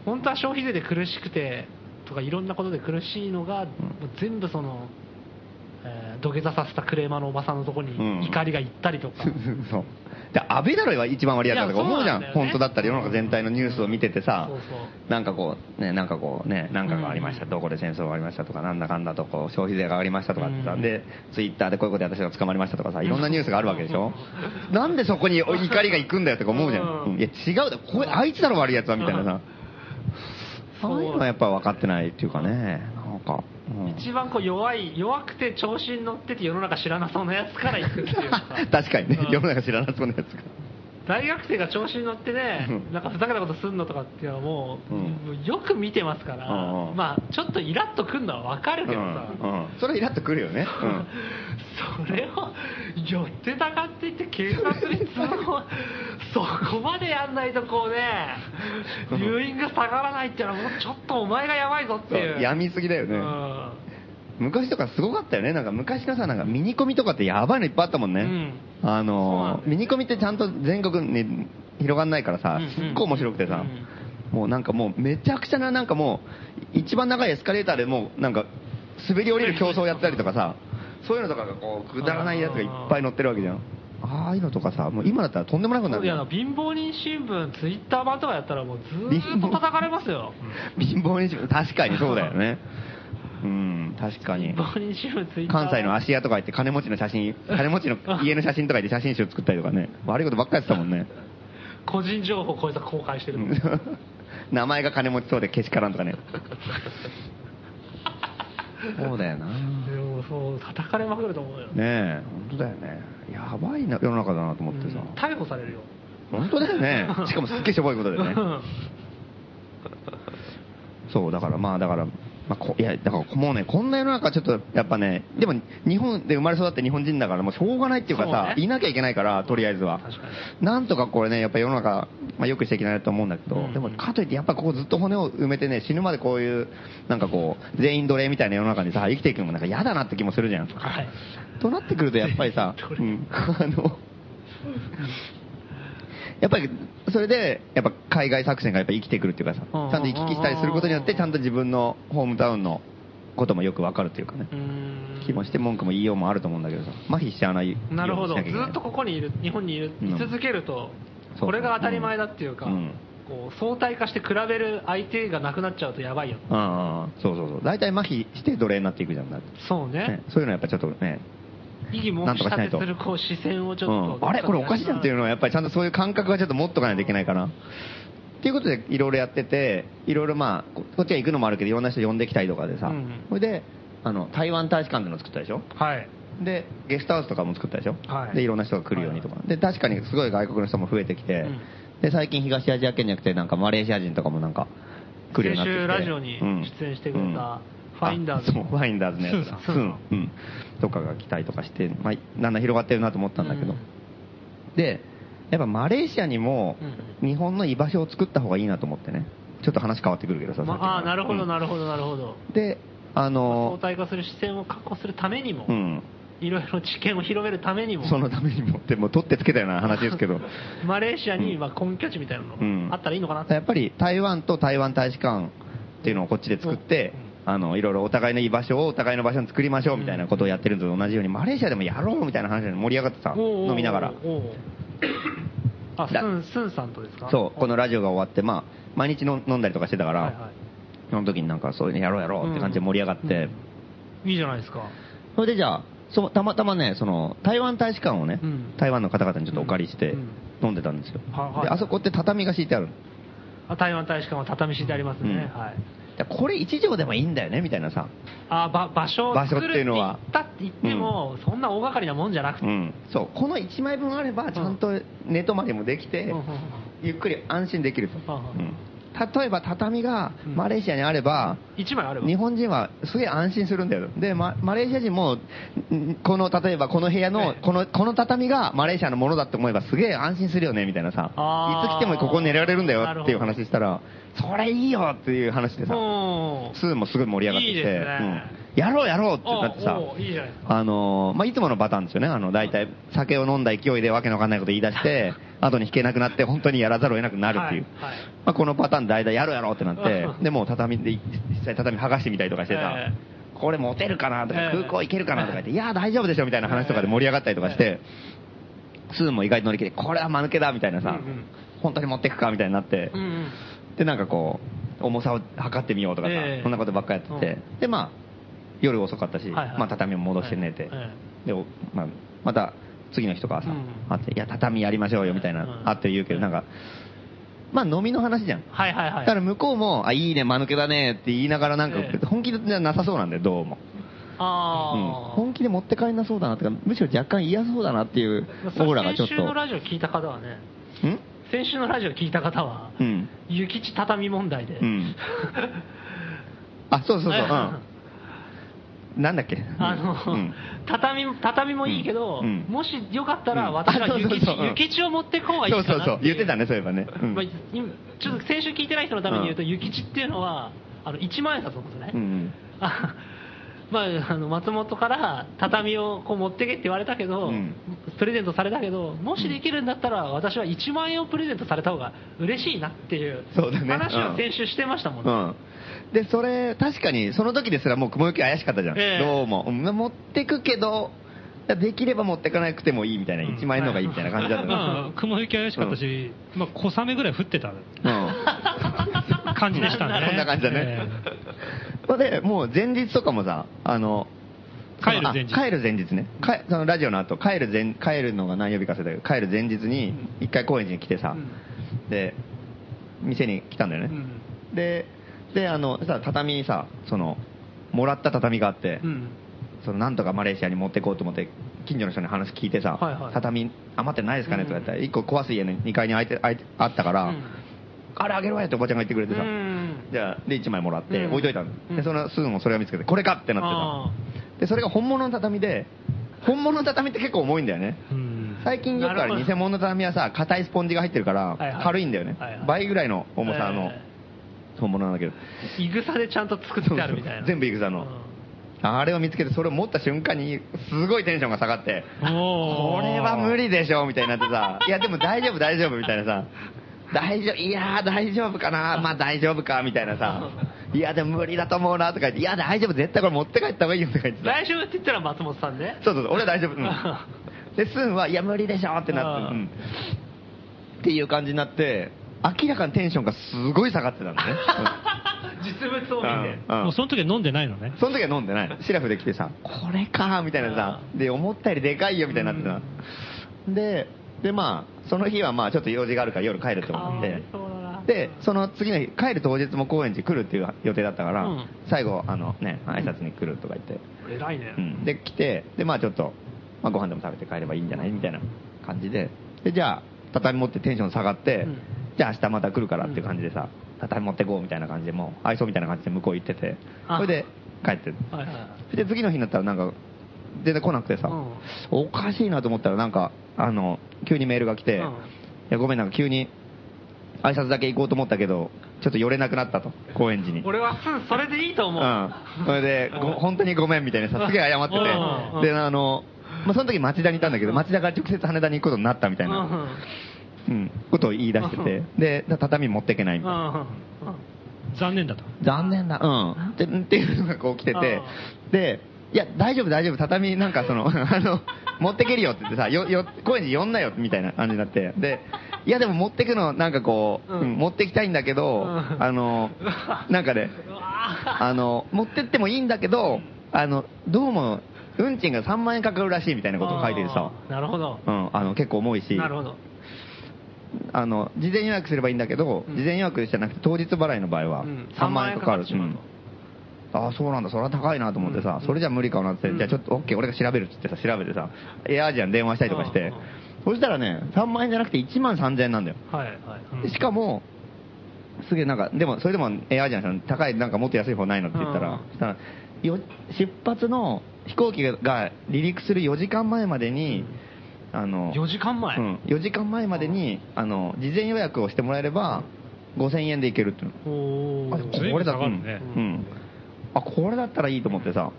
本当は消費税で苦しくてとかいろんなことで苦しいのが、もう全部その、えー土下座させたクレーマーのおばさんのところうんに怒りが行ったりとか、 [LAUGHS] そう。で、安倍だろが一番割り当たるとか思うじゃん。いやそうなんだよね本当だったら世の中全体のニュースを見ててさそう、なんかこう、ね、なんかこうね、なんかがありました、うんどこで戦争がありましたとか、なんだかんだとこう、消費税が上がりましたとかってさ、うんで、ツイッターでこういうことで私が捕まりましたとかさ、いろんなニュースがあるわけでしょう。なんでそこに怒りが行くんだよとか思うじゃん。うんうんいや、違うだろ、これあいつだろ悪いやつはみたいなさ。うんそういうのはやっぱ分かってないっていうかね、なんか。うん一番こう弱い弱くて調子に乗ってて世の中知らなそうなやつから行くっていうか [LAUGHS] 確かにねう、ん世の中知らなそうなやつが。大学生が調子に乗ってねうんなんかふざけたことすんのとかっていうのはもう,、うんもうよく見てますから、うんうんまあちょっとイラッとくるのはわかるけどさ、うんうんそれはイラっとくるよね。うんそれを寄ってたかって言って警察に通報そこまでやんないとこうね留飲が下がらないっていうのはもうちょっとお前がやばいぞってそういうやみすぎだようね、ん昔とかすごかったよねなんか昔のさなんかミニコミとかってやばいのいっぱいあったもんね、うんあそうなんのだよミニコミってちゃんと全国に広がんないからさ、うんうんすっごい面白くてさ、もうなんかもうめちゃくちゃななんかもう一番長いエスカレーターでもうなんか滑り降りる競争をやったりとかさそういうのとかがこうくだらないやつがいっぱい載ってるわけじゃんああいうのとかさもう今だったらとんでもないことにないるじやゃあんの貧乏人新聞ツイッター版とかやったらもうずーっと叩かれますよ貧乏にし確かにそうだよねうん確か貧に乏人新聞ツイッター版関西の芦屋とか行って金持ちの写 [LAUGHS] 真、金持ちの家の写真とか行って写真集作ったりとかね、悪いことばっかりしてたもん [LAUGHS] ね。個人情報こいつは公開してうるん名前が金持ちそうでけしからんとかね。そうだよな。ねでもそう叩かれまくると思うよえ、本当だよね。やばいな、世の中だなと思ってさ。うん逮捕されるよ本当だよ [LAUGHS] ね。しかもすっげえしょぼいことでねう。んそう、だからまあ、だから、まあ、こいや、だからもうね、こんな世の中ちょっと、やっぱね、でも日本で生まれ育って日本人だからもうしょうがないっていうかさ、そうねいなきゃいけないから、とりあえずは。確かになんとかこれね、やっぱ世の中、まあ、よくしていけないと思うんだけど、うんでもかといってやっぱここずっと骨を埋めてね、死ぬまでこういう、なんかこう、全員奴隷みたいな世の中にさ、生きていくのもなんか嫌だなって気もするじゃん。はい [LAUGHS] となってくるとやっぱりさ、うん、あの、やっぱり、それで、やっぱ海外作戦がやっぱ生きてくるっていうかさ、ちうんゃんと行き来したりすることによって、ちゃんと自分のホームタウンのこともよくわかるっていうかねう、ん気もして文句も言いようもあると思うんだけどさ、麻痺しちゃわないようにしななるきゃいほけど、なずいっとここにいる、日本にいるうん居続けると、そうこれが当たり前だっていうか、うんこう相対化して比べる相手がなくなっちゃうとやばいよ、ああ、そうそうそう。大体麻痺して奴隷になっていくじゃん。だってそうねね、そういうのはやっぱちょっとね、異議申し立てするこう視線をちょっうと、ん、あれこれおかしいじゃんっていううのはやっぱりちゃんとそういう感覚はちょっと持っとかないといけないかな。っていうことでいろいろやってて、いろいろまあ、ここっちが行くのもあるけど、いろんな人呼んできたりとかでさ、うんそれで、あの、台湾大使館での作ったでしょはい、で、ゲストハウスとかも作ったでしょ、はいで、いろんな人が来るようにとか。で、確かにすごい外国の人も増えてきて、うんで、最近東アジア圏じゃなくて、なんかマレーシア人とかもなんか来るようになっ先週てきて。ラジオに出演してくれたファインダーズあそうファインダーズのやつだ [LAUGHS] スーさんスーのうん。とかが来たりとかして、まあ、だんだん広がってるなと思ったんだけど。うんで、やっぱマレーシアにも日本の居場所を作った方がいいなと思ってね。ちょっと話変わってくるけどさ。まさっきからああー、なるほうど、んなるほど、なるほど、で、あ相の、対化する視線を確保するためにもう、ん。いろいろ知見を広めるためにも、そのためにも、でも取ってつけたような話ですけど。 [LAUGHS] マレーシアにまあ根拠地みたいなのうんがあったらいいのかなってやっぱり台湾と台湾大使館っていうのをこっちで作って、あのいろいろお互いの居場所をお互いの場所に作りましょうみたいなことをやってるのと同じように、マレーシアでもやろうみたいな話で盛り上がってさ、おー飲みながら。おーあスだンスンさんとですかそう、このラジオが終わって、まあ、毎日の飲んだりとかしてたから、はいはその時になんかそういうのやろうやろうって感じで盛り上がって、い、いいじゃないですかそれでじゃあ、そうたまたまね、その台湾大使館をね、うん台湾の方々にちょっとお借りしてうん飲んでたんですよ。はいはいであそこって畳が敷いてあるのあ台湾大使館は畳敷いてありますね、うんはいでこれ1畳でもいいんだよねみたいなさ、あば場所を場所作ってるいうのはって言ったって言っても、そんな大掛かりなもんじゃなくて、そうこの1枚分あればちゃんと寝泊まりもできて、うんうんうんゆっくり安心できると、うんうん例えば畳がうんマレーシアにあれば、一枚あれば日本人はすげえ安心するんだよでママレーシア人もんこの例えばこの部屋のええこのこの畳がマレーシアのものだって思えばすげえ安心するよねみたいなさあーいつ来てもここ寝られるんだよっていうなるほ話したらそれいいよっていう話でさ、うんスーもすごい盛り上がってきていいですねうんやろうやろうってなってさおうおういいじゃないですかあのーまあ、いつものパターンですよね、あの大体酒を飲んだ勢いでわけのわかんないこと言い出して、 [LAUGHS] 後に引けなくなって、本当にやらざるを得なくなるっていう、はいはいまあ、このパターン、大体やろうやろうってなってう、んでもう畳で、実際畳剥がしてみたりとかしてた、えこれ持てるかなとか、ええ空港行けるかなとか言って、いや、大丈夫でしょみたいな話とかで盛り上がったりとかして、スーも意外と乗り切れて、これは間抜けだみたいなさ、うんうん本当に持ってくかみたいになって。うんうんでなんかこう重さを測ってみようとかさ、ええそんなことばっかりやってて、でまあ夜遅かったし、はいはいまあ、畳も戻して寝て、はいはいでおまあ、また次の日とかはさ、うんあって「いや畳やりましょうよ」みたいな、うんあって言うけうどんなんかまあ飲みの話じゃん、はいはいはだいから向こうも「あいいね間抜けだね」って言いながらなんか、ええ本気じゃなさそうなんだよどうも、うんああ、本気で持って帰んなそうだなとかむしろ若干嫌そうだなっていうオーラがちょっ先週のとラジオ聞いた方はねん先週のラジオ聞いた方は、うん諭吉畳問題で、うん [LAUGHS] あそうそうそう、うんなんだっけあの、 [LAUGHS] うん畳畳もいいけど、うんうんもしよかったらうん私はあそう諭そ吉うそううん諭吉を持っていこうがいいかなっていうそうそうそう言ってたねそういえばねうんまあ、今ちょっと先週聞いてない人のために言うと、うん諭吉っていうのはあの一万円札のことね、うんうんあ [LAUGHS] まあ、あの松本から畳をこう持ってけって言われたけど、うんプレゼントされたけどもしできるんだったら私は1万円をプレゼントされた方が嬉しいなっていうそうだね話を先週してましたもんね、うん。で、それ、確かに、その時ですらもう雲行き怪しかったじゃん。ええどうも。うん持ってくけど、できれば持ってかなくてもいいみたいな、うん1万円の方がいいみたいな感じだったまあ、雲行き怪しかったし、まあ、小雨ぐらい降ってたな。感じでした [LAUGHS] ね。そんな感じだねえうん。で、もう前日とかもさ、あの、帰る前日そのあ帰る前日ね。かそのラジオの後、帰る前、帰るのが何曜日か忘れたけど、帰る前日に、一回高円寺に来てさ、で、店に来たんだよね。うんで、で、あの、さ、畳にさ、その、もらった畳があって、うんそのなんとかマレーシアに持っていこうと思って近所の人に話聞いてさ、はいはい畳余ってないですかねうんとか言ったら1個壊す家の2階に空いて空いてあったから、うんあれあげろやっておばちゃんが言ってくれてさ、うんじゃあで1枚もらってうん置いといたの、うんでそのすぐもそれを見つけてこれかってなあってさでそれが本物の畳で本物の畳って結構重いんだよねえ [LAUGHS] うん最近よくなあるるほど偽物の畳はさ硬いスポンジが入ってるかはらいはい軽いんだよね、はいはい倍ぐらいの重さのえ本物なんだけど、えいぐさでちゃんと作ってあるみたいな全部いぐさのうんあれを見つけて、それを持った瞬間に、すごいテンションが下がって、おこーれは無理でしょみたいになって [LAUGHS] さ、いや、でも大丈夫、大丈夫、みたいなさ、大丈夫、いやー、大丈夫かな、まあ大丈夫か、みたいなさ、いや、でも無理だと思うな、とか言って、いや、大丈夫、絶対これ持って帰った方がいいよ、とか言ってさ、来週って言ったら松本さんね。そうそうそう、俺は大丈夫、 [LAUGHS] うん。で、スンは、いや、無理でしょってなあって、ーうん。っていう感じになって、明らかにテンションがすごい下がって [LAUGHS] たんだね。実物をうん見て。うんもうその時は飲んでないのね。その時は飲んでない。シラフで来てさ、これかーみたいなさ、で、思ったよりでかいよみたいになってた。で、で、まあ、その日はまあ、ちょっと用事があるから夜帰るとか思っわいて、そうだな。で、その次の日、帰る当日も高円寺来るっていう予定だったから、うん最後、あのね、挨拶に来るとか言って、偉いねう。ん、で、来て、で、まあちょっと、まあご飯でも食べて帰ればいいんじゃないみたいな感じで、で、じゃあ、畳持ってテンション下がって、うんじゃあ明日また来るからっていう感じでさ、畳持ってこうみたいな感じで、もう愛想みたいな感じで向こう行ってて、あそれで帰ってはいはいはいで、次の日になったらなんか、全然来なくてさ、うんおかしいなと思ったらなんか、あの、急にメールが来うて、んいや、ごめんなんか急に、挨拶だけ行こうと思ったけど、ちょっと寄れなくなったと、高円寺に。俺はすんそれでいいと思う。うん。それで、ご本当にごめんみたいなさ、すげえ謝ってうんて。で、あの、まあ、その時町田にいたんだけど、町田から直接羽田に行くことになったみたいな、うん、ことを言い出してて、で、畳持っていけないみうたいな。んうんうん残念だと。残念だ。うん。でっていうのがこう来てて、で、いや、大丈夫大丈夫、畳なんかその、 [LAUGHS] あの、持ってけるよって言ってさ、よ、よ、声に呼んなよみたいな感じになって、で、いやでも持ってくの、なんかこう、うんうん持ってきたいんだけど、うんあの、なんかね、うわ [LAUGHS] あの、持ってってもいいんだけど、あの、どうも、運賃が3万円かかるらしいみたいなことを書いててさ、あーなるほど。うん、あの、結構重いし、なるほど。あの、事前予約すればいいんだけど、うん事前予約じゃなくて当日払いの場合はうん、 3万円かかる。 3万円かかってしまうとうんああ、そうなんだ、それは高いなと思ってさ、うんそれじゃ無理かなって、うんじゃあちょっと、オッケー、俺が調べるって言ってさ、調べてさ、エアアジアに電話したりとかしうんうてん、そしたらね、3万円じゃなくて1万3000円なんだよ。はいはい。うんでしかも、すげえなんか、でも、それでもエアアジアの人高い、なんかもっと安い方ないのって言ったうらん、そしたらよ出発の飛行機が離陸する4時間前までに、あの、 4時間前。うん、4時間前までに、あの、事前予約をしてもらえれば、5000円で行けるっていうの。おーあずいこれぶんだ下がるねうんうんあこれだったらいいと思ってさ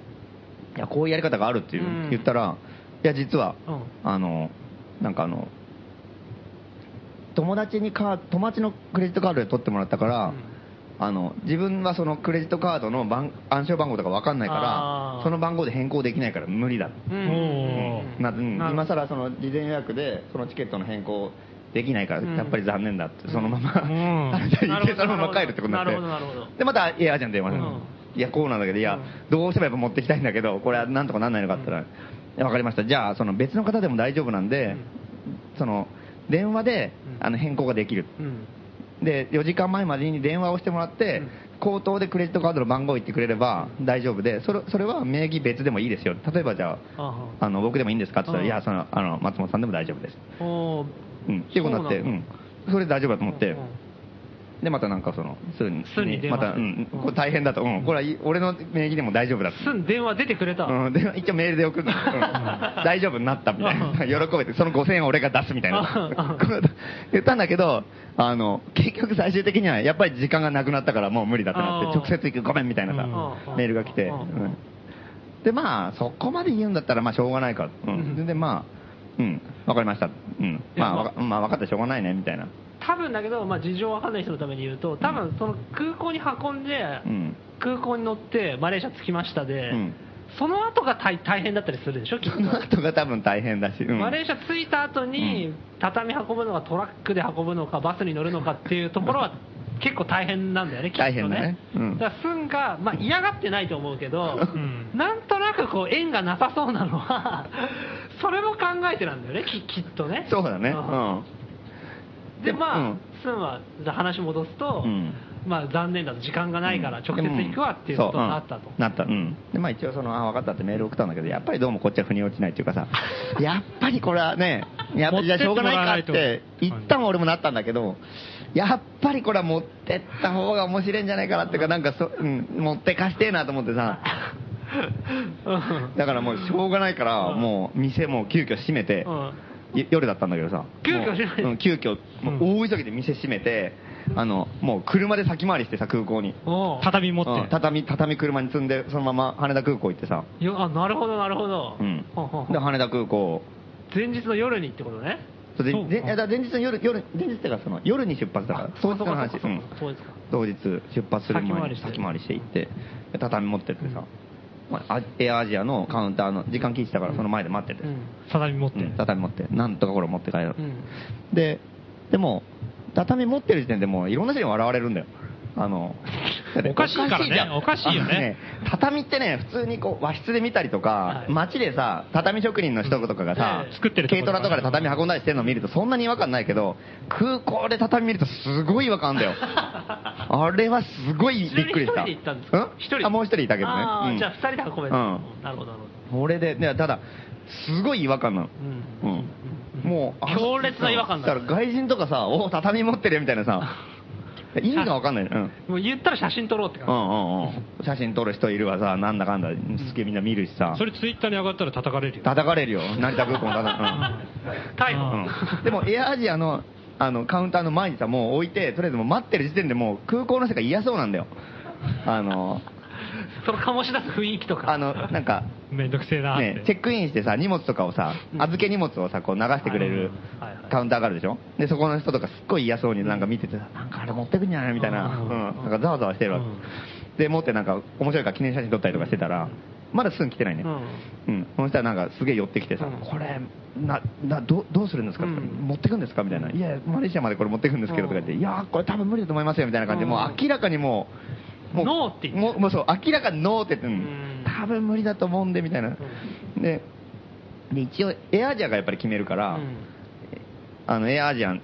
いやこういうやり方があるっていう、うん言ったらいや実は、うんあのなんかあの友達にカー友達のクレジットカードで取ってもらったから、うんあの自分はそのクレジットカードの番暗証番号とか分かんないかあらーその番号で変更できないから無理だ、うんおーなうんなるほど今更その事前予約でそのチケットの変更できないからうんやっぱり残念だって、そのまま、う [LAUGHS] んあれじゃあ行けそのまま帰るってことになってなるほどなるほどなるほでまたエアーじゃん電話する、うんいやこうなんだけどいや、うんどうしてもやっぱ持ってきたいんだけどこれはなんとかなんないのかって言ったら、いやわかりましたじゃあその別の方でも大丈夫なんで、その電話でうんあの変更ができる、うんで4時間前までに電話をしてもらって、うん口頭でクレジットカードの番号を言ってくれれば大丈夫でそれそれは名義別でもいいですよ例えばじゃあああの僕でもいいんですかって言ったうら、んいやそのあの、松本さんでも大丈夫です、あおーうん、っていうことになって、、そううなんそれで大丈夫だと思って、うんうんで、またなんか、その、すぐに、すぐに電ま話た、うん、うんこれ大変だと、うん、これはい俺の名義でも大丈夫だと。すん電話出てくれた、うん、で一応メールで [LAUGHS] 送るの、うん大丈夫になったみたいな、喜べて、その5000円を俺が出すみたいな、こう [LAUGHS] 言ったんだけど、あの結局、最終的にはやっぱり時間がなくなったから、もう無理だってなって、うん直接行く、ごめんみたいなうさ、んメールが来て、うんうんで、まあ、そこまで言うんだったら、まあ、しょうがないか、ううんん、で、まあ、うん、わかりました、うん、まあ、わかまあ、分かった、しょうがないねみたいな、多分だけど、まあ、事情わかんない人のために言うと多分その空港に運んで、うん、空港に乗ってマレーシア着きましたで、うんその後が大大変だったりするでしょきっ [LAUGHS] とその後が多分大変だし、うんマレーシア着いた後に、う畳運ぶのかトラックで運ぶのかバスに乗るのかっていうとこ [LAUGHS] ろは結構大変なんだよね、きっとね。大変だねうんだからスンが、まあ、嫌がってないと思うけど、んなんとなくこう縁がなさそうなのは、それも考えてなんだよね、ききっとね。そうだね、うんん、で、まあ、うんスンはじゃあ話戻すと、うんまあ、残念だと時間がないから直接行くわっていうことになったと。そううんなった、うんでまあ、一応その、あ分かったってメール送ったんだけど、やっぱりどうもこっちは腑に落ちないっていう [LAUGHS] かさ、やっぱりこれはね、やっぱりじゃあしょうがないかって、一旦俺もなったんだけど、やっぱりこれは持ってった方が面白いんじゃないかなっていうか、なんかそ、うん、持ってかしてえなと思ってさ、うんだからもうしょうがないから、うんもう店も急遽閉めて、うんよ夜だったんだけどさ急遽閉めもううん急遽もう大急ぎで店閉めて、あの、もう車で先回りしてさ、空港に。おう畳持うっんて。畳、畳車に積んで、そのまま羽田空港行ってさ。よあなるほどなるほど、うんほほ。ほで、羽田空港、前日の夜にってことねそうでそうでいやだから前日の夜、夜、前日っていうかその、夜に出発だから、当日の話。そうかそうかそううんかそうですか当日出発する前先回りにして先回りして行ってで畳持ってってさ、まああエアアジアのカウンターの時間切ってたからその前で待ってて、うん畳持って。うん畳持ってなんとかこれ持って帰る、うんででも畳持ってる時点でもういろんな人に笑われるんだよ [LAUGHS] あのおかしいからねじゃんおかしいよねあの畳ってね普通にこう和室で見たりとか、はい街でさ畳職人の人とかがさ、ええ作ってるとこ軽ろトラとかで畳運んだりしてるの見るとそんなに違和感ないけど空港で畳見るとすごい違和感あんだよ [LAUGHS] あれはすごい [LAUGHS] びっくりしたちなみに一人で行ったんですかん一人であもう一人いたけどねあーうんじゃあ二人で運べうた、んなるほどなるほど俺で、ね、ただ、すごい違和感なの。ううんん。もう、あ強烈な違和感だだから外人とかさ、お畳持ってるよみたいな [LAUGHS] さ、意味がわかんない。うん。もう言ったら写真撮ろうってうんう感んうん。写真撮る人いるわさ、なんだかんだ、すげえみんな見るしさ、それツイッターに上がったら叩かれるよ。叩かれるよ。成田空港の [LAUGHS] 叩かじ、逮捕、うん。うん。でも、エアアジアの、あの、カウンターの前にさ、もう置いて、とりあえずもう待ってる時点でもう空港の世界嫌そうなんだよ。あの、 [LAUGHS] その醸し出す雰囲気とかあの、なんか、めんどくせえなーって。ね、チェックインしてさ、荷物とかをさう、ん預け荷物をさ、こう流してくれるはいはいはいカウンターがあるでしょで、そこの人とかすっごい嫌そうになんか見てて、なんかあれ持ってくんじゃないみたいな、ううんん、なんかざわざわしてるわうんけ。で、持ってなんか面白いから記念写真撮ったりとかしてたら、まだすぐ来てないね。ううんん。その人はなんかすげえ寄ってきてさ、うんこれ、な、な、どう、どうするんですか、うん持ってくんですかみたいな。いや、マレーシアまでこれ持ってくんですけどとか言って、うんいやー、これ多分無理だと思いますよみたいな感じで、うんもう明らかにもう、もうノーって言ってもうもうそう、明らかにノーって言って、うんうん多分無理だと思うんで、みたいな。でで一応エアアジアがやっぱり決めるから、あのエアアジア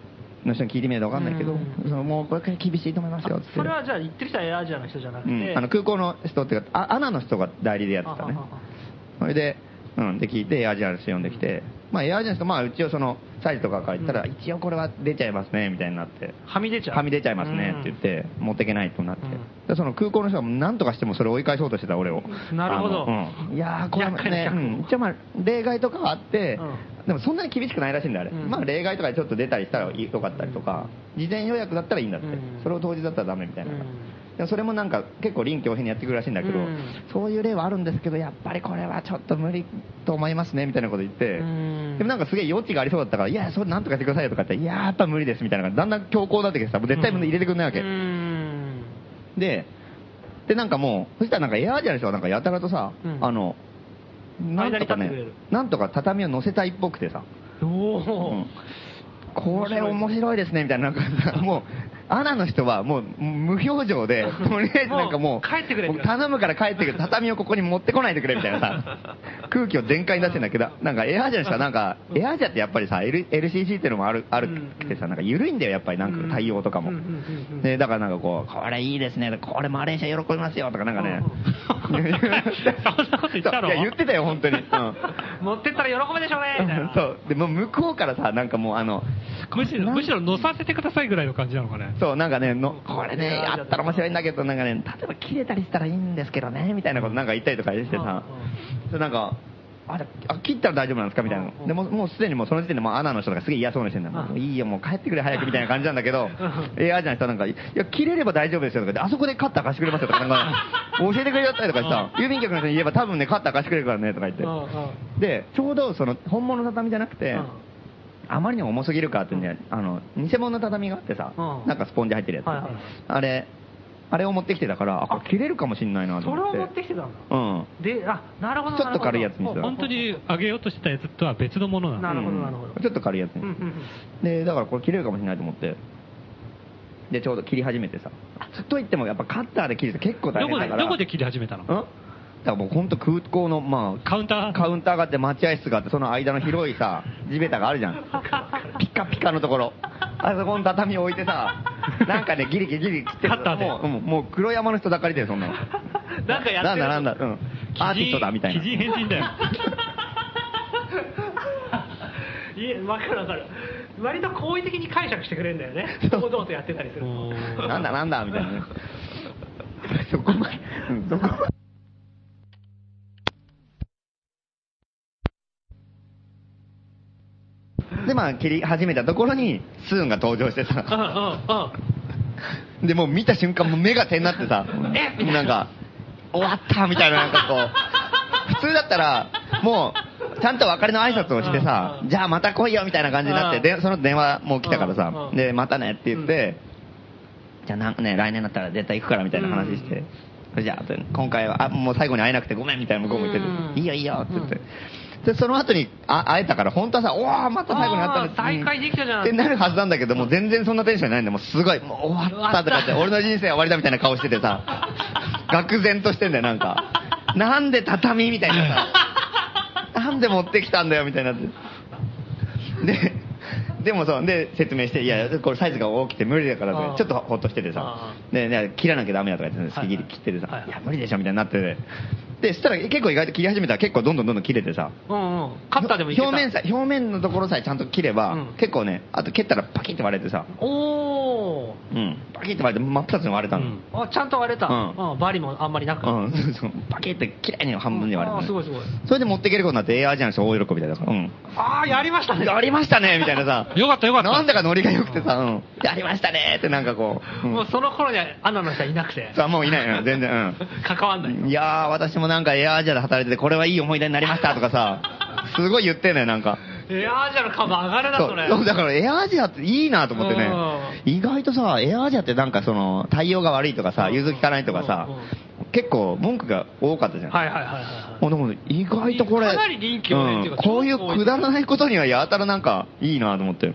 の人に聞いてみないと分かんないけど、うんそのもうこれから厳しいと思いますよっつってそれはじゃあ行ってる人はエアアジアの人じゃなくうて、ん、あの空港の人っていうかあアナの人が代理でやってたねあああそれで,、うん、で聞いてエアアジアの人呼んできて、まあ、エアアジアの人、まあ、一応そのサイズとかから言ったら、うん一応これは出ちゃいますねみたいになってはみ出ちゃうはみ出ちゃいますねって言って、持ってけないとなって、でその空港の人はなんとかしてもそれを追い返そうとしてた、俺を。なるほどあのうんいやー、これも厄介なね、客うん一応まあ、例外とかはあって、でもそんなに厳しくないらしいんだよ、あれ、うんまあ例外とかでちょっと出たりしたらよかったりとか、事前予約だったらいいんだって、うんそれを当日だったらダメみたいな。うんでもそれもなんか結構臨機応変にやってくるらしいんだけど、うんそういう例はあるんですけどやっぱりこれはちょっと無理と思いますねみたいなこと言って、うんでもなんかすげえ余地がありそうだったから、いや、それなんとかしてくださいよとか言って、いやー、やっぱ無理ですみたいな感じだんだん強硬になってきてさ、もう絶対入れてくれないわけ。うんで、で、なんかもう、そしたらなんかエアアジアの人はなんかやたらとさ、うんあの、なんと間に立ってかくれねる、なんとか畳を乗せたいっぽくてさ、おお、うんこれ面白いですねみたいな、なんかさもう、アナの人はもう無表情で、とりあえずなんかもうもう、帰ってくれもう頼むから帰ってくれ、畳をここに持ってこないでくれみたいなさ、空気を全開に出してんだけど、なんかエアアジアの人はなんか、エアアジアってやっぱりさ、L、LCC っていうのもある、あるってさ、なんか緩いんだよ、やっぱりなんか対応とかもうんうんうんうん。で、だからなんかこう、これいいですね、これマレーシア喜びますよとかなんかね。うん [LAUGHS] そんなこと言ったのいや、言ってたよ、本当に。うん持ってったら喜ぶでしょうねみたいなそう。で、もう向こうからさ、なんかもうあの、むしろ、むしろ乗させてくださいぐらいの感じなのかね。そう、なんかね、のこれね、あったら面白いんだけど、なんかね、例えば切れたりしたらいいんですけどね、みたいなことなんか言ったりとかしてさ、でなんか、あれあ切ったら大丈夫なんですかみたいなうんう。んでもう、もうすでにもうその時点でもうアナの人がすげえ嫌そうにしてるんだうんもういいよ、もう帰ってくれ早くみたいな感じなんだけど、エアアジアの人はなんか、いや、切れれば大丈夫ですよとか言って、あそこでカッター貸してくれますよとか、な [LAUGHS] んか、教えてくれちゃったりとかさ、郵便局の人に言えば多分ね、カッター貸してくれるからね、とか言ってう。んうんで、ちょうどその、本物の畳じゃなくて、うんあまりにも重すぎるかってね、あの、偽物の畳があってさ、うんなんかスポンジ入ってるやつ、はいはいあれ、あれを持ってきてたから、あ、これ切れるかもしんないなとそれ思をって。持ってきてたんだうん。であなるほどちょっと軽いやつにしたなるほど本当に上げようとしてたやつとは別のものなのなるほどうんなるほどちょっと軽いやつうんうに。んで、だからこれ切れるかもしんないと思って。で、ちょうど切り始めてさ。と言ってもやっぱカッターで切ると結構大ど変こだで、から。どこで切り始めたのうんだからもうほんと空港の、まあ、カウンターカウンターがあって待合室があってその間の広いさ地べたがあるじゃんピカピカのところあそこの畳を置いてさなんかねギリギリギリ切ってカッターでもううんもう黒山の人だかりでそんなのなんかやってるなんだなんだうんアーティストだみたいな基人変人だ [LAUGHS] よ。 [LAUGHS] いえ分かる分かる割と好意的に解釈してくれるんだよね堂々とやってたりするとおーなんだなんだみたいなねそこまでうんそこまででまあ切り始めたところにスーンが登場してさうんうんうんで、もう見た瞬間、もう目が点になってさ、えなんか、終わったみたいな、なんかこう、普通だったら、もう、ちゃんと別れの挨拶をしてさう、んじゃあまた来いよみたいな感じになって、うでその電話もう来たからうんさう、んで、またねって言って、じゃあなんかね、来年だったら絶対行くからみたいな話しうてん、それじゃあ、今回は、あ、もう最後に会えなくてごめんみたいな向こうも言うっんて、いいよいいよって言って。で、その後にあ会えたから、本当はさ、おー、また最後に会ったあのー再会できたじゃんってなるはずなんだけど、もう全然そんなテンションないんで、もうすごい、もう終わったとかって、終わっ俺の人生終わりだみたいな顔しててさ、愕然としてんだよ、なんか。なんで畳みたいなさ。なんで持ってきたんだよ、みたいになって。で、でもそう、で、説明して、いや、これサイズが大きくて無理だからあねーちょっとほっとしててさあ、で、ね切らなきゃダメだとか言ってさ、好き切り切っててさ、はいはいいや、無理でしょ、みたいになってて。で、そしたら結構意外と切り始めたら結構どんどんどんどん切れてさ、うんうんカッターでもいけた表面さ表面のところさえちゃんと切れば、うん結構ねあと蹴ったらパキッて割れてさ、おおうん、パキッて割れて真っ二つに割れたの、ううんんあちゃんと割れた、うんあバリもあんまりなく、そうそうパキッて綺麗に半分に割れたあのすごいすごいそれで持っていけることになってエアアジアの人大喜びだよだから、うん、ああやりましたねやりましたねみたいなさよかったよかったなんだかノリが良くてさ、うん、やりましたねってなんかこう、うんもうその頃にはアナの人はいなくてさあもういないの全然うん関わんないいやー、私もなんかエアアジアで働いてて、これはいい思い出になりましたとかさ、すごい言ってんのよ、なんか。エアージャの株上がるなそそうれそうだからエアアジアっていいなと思ってね、意外とさ、エアアジアってなんかその対応が悪いとかさ、うん融通きかないとかさうんう、結構文句が多かったじゃん。はいはいはいはいもうでも意外とこれ、かなり臨機応変っていうかうんこういうくだらないことにはやたらなんかいいなと思って。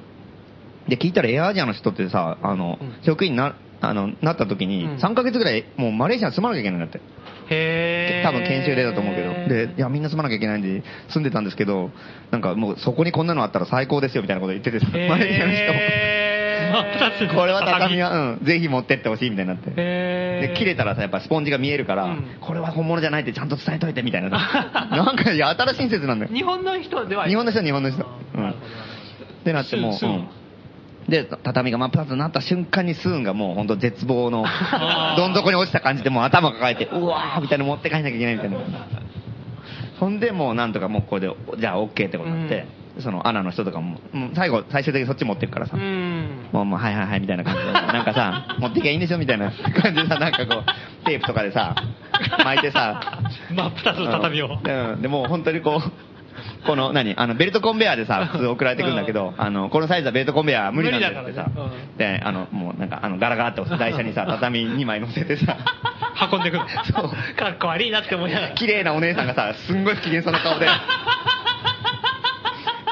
で、聞いたらエアアジアの人ってさ、あの、うん職員にな、あの、なった時にうん3ヶ月ぐらいもうマレーシアに住まなきゃいけないんだって。へえ多分研修例だと思うけど、で、いや、みんな住まなきゃいけないんで、住んでたんですけど、なんかもうそこにこんなのあったら最高ですよみたいなこと言っててさ、 [LAUGHS] マレーシアのへー真っ二つ人も、これは畳は、うん、ぜひ持ってってほしいみたいになって。へーで、切れたらさ、やっぱスポンジが見えるから、うんこれは本物じゃないってちゃんと伝えといてみたいな [LAUGHS] さ。なんか、やたら親切なんだよ。日本の人では日本の人は日本の人。あうーんなるほどなるほどってなってもう、スーンうんで、畳が真っ二つになった瞬間にスーンがもう本当絶望の、 [LAUGHS] どん底に落ちた感じでもう頭抱えて、うわーみたいなの持って帰んなきゃいけないみたいな。そんでもうなんとかもうこれで、じゃあ OK ってことになって、そのアナの人とかも、もう最後、最終的にそっち持ってくからさう、んもうもうはいはいはいみたいな感じで、なん [LAUGHS] かさ、持ってきゃいいんでしょみたいな感じでさ、なんかこう、テープとかでさ、巻いてさ、真っ二つの畳を。うんうんでもう本当にこう、この何あのベルトコンベヤーでさ、普通送られてくんだけど、あのこのサイズはベルトコンベヤー無理なんだよってさ、無理だからねであのもうなんかあのガラガラって押す台車にさ、 [LAUGHS] 畳2枚乗せてさ、運んでくる。そうかっこ悪いなって思いながら綺麗なお姉さんがさ、すんごい不機嫌そうな顔で、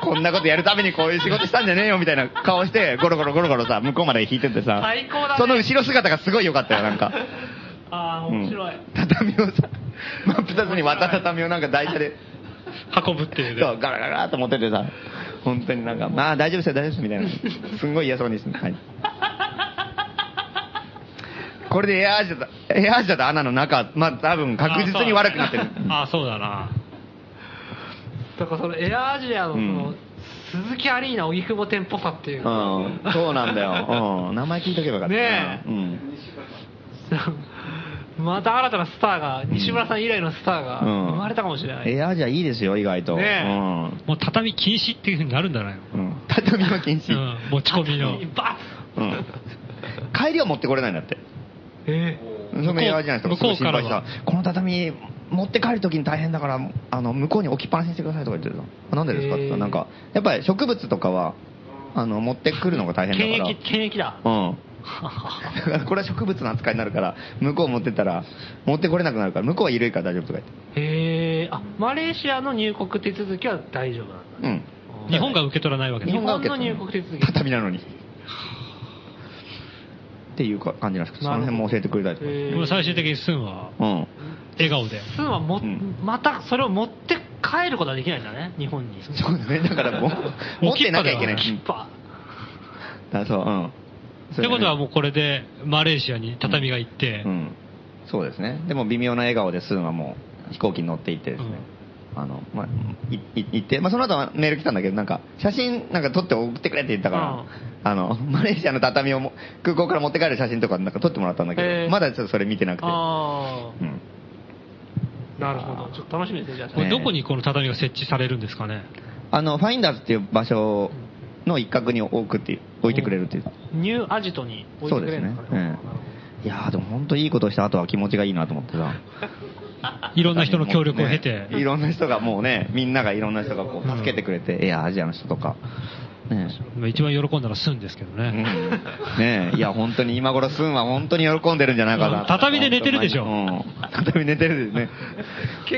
こんなことやるためにこういう仕事したんじゃねえよみたいな顔して、ゴロゴロゴロゴロさ、向こうまで引いてってさ、最高だねその後ろ姿がすごい良かったよ、なんか。ああうん面白い、畳をさ、真っ二つに割った畳をなんか台車で。運ぶっていうね。そう、ガラガラと持っててさ、本当になんか、まあ大丈夫ですよ、大丈夫ですみたい [LAUGHS] な。すんごい嫌そうにして、はい。これでエアアジアと、エアアジアとアナの仲、まあ多分確実に悪くなってる。あー、そうだな。だからそのエアアジアのその、うん鈴木アリーナ荻窪店っぽさっていうう、ん、そうなんだよ。うん、名前聞いとけばよかったな。ねえうん。また新たなスターが、西村さん以来のスターがうん生まれたかもしれない、エアアジアいいですよ、意外と。ねえもう畳禁止っていうふうになるんじゃないのうん。うん。 [LAUGHS] 畳は禁止。うん、持ち込みの。バうん。帰りは持ってこれないんだって。ッえそのエアアジアの人がすごい心配し向こうたからは。この畳、持って帰るときに大変だから、あの、向こうに置きっぱなしにしてくださいとか言ってた。あなんでですかって言へーったら、なんか、やっぱり植物とかは、あの、持ってくるのが大変だ検から。疫検疫だ [LAUGHS] うん。 [LAUGHS] だからこれは植物の扱いになるから、向こう持ってったら、持ってこれなくなるから、向こうは緩いから大丈夫とかへえあマレーシアの入国手続きは大丈夫なんだ言って。日本が受け取らないわけうん。だ日。本が受けたの入国手続き畳なのに。っていうか感じらしくて、そなのるほど辺も教えてくれたりとかして。へもう最終的にスンは、うん。笑顔で。スーはも、うんまたそれを持って帰ることはできないんだね日本にそうだね。だからもう、持もっうて切ったなできゃいけない。うはんキッパだそう、うん。ってことはもうこれで、マレーシアに畳が行って、うん、そうですね、でも微妙な笑顔でスーンはもう飛行機に乗っていってですね。あのまあ、いい行って、まあ、その後はメール来たんだけど、なんか、写真なんか撮って送ってくれって言ったから、うんあの、マレーシアの畳をも空港から持って帰る写真とかなんか撮ってもらったんだけへど、ーまだちょっとそれ見てなくて。あうんあなるほどちょっと楽しみですねじゃあこれねどこにこの畳が設置されるんですかね。あの、ファインダーズっていう場所の一角に置くっていう、置いてくれるっていう。ニューアジトに置いそうてくでれするねのか。えななるえいやーでも本当いいことした後は気持ちがいいなと思ってさ。いろんな人の協力を経ねて、いろんな人がもうね、みんながいろんな人がこう助けてくれて、いや、アジアの人とか。ねまあ一番喜んだのはスンですけどえ、うんね。ねえいや、本当に今頃スンは本当に喜んでるんじゃないかうな。ん畳で寝てるでしょうん畳で寝てるですね。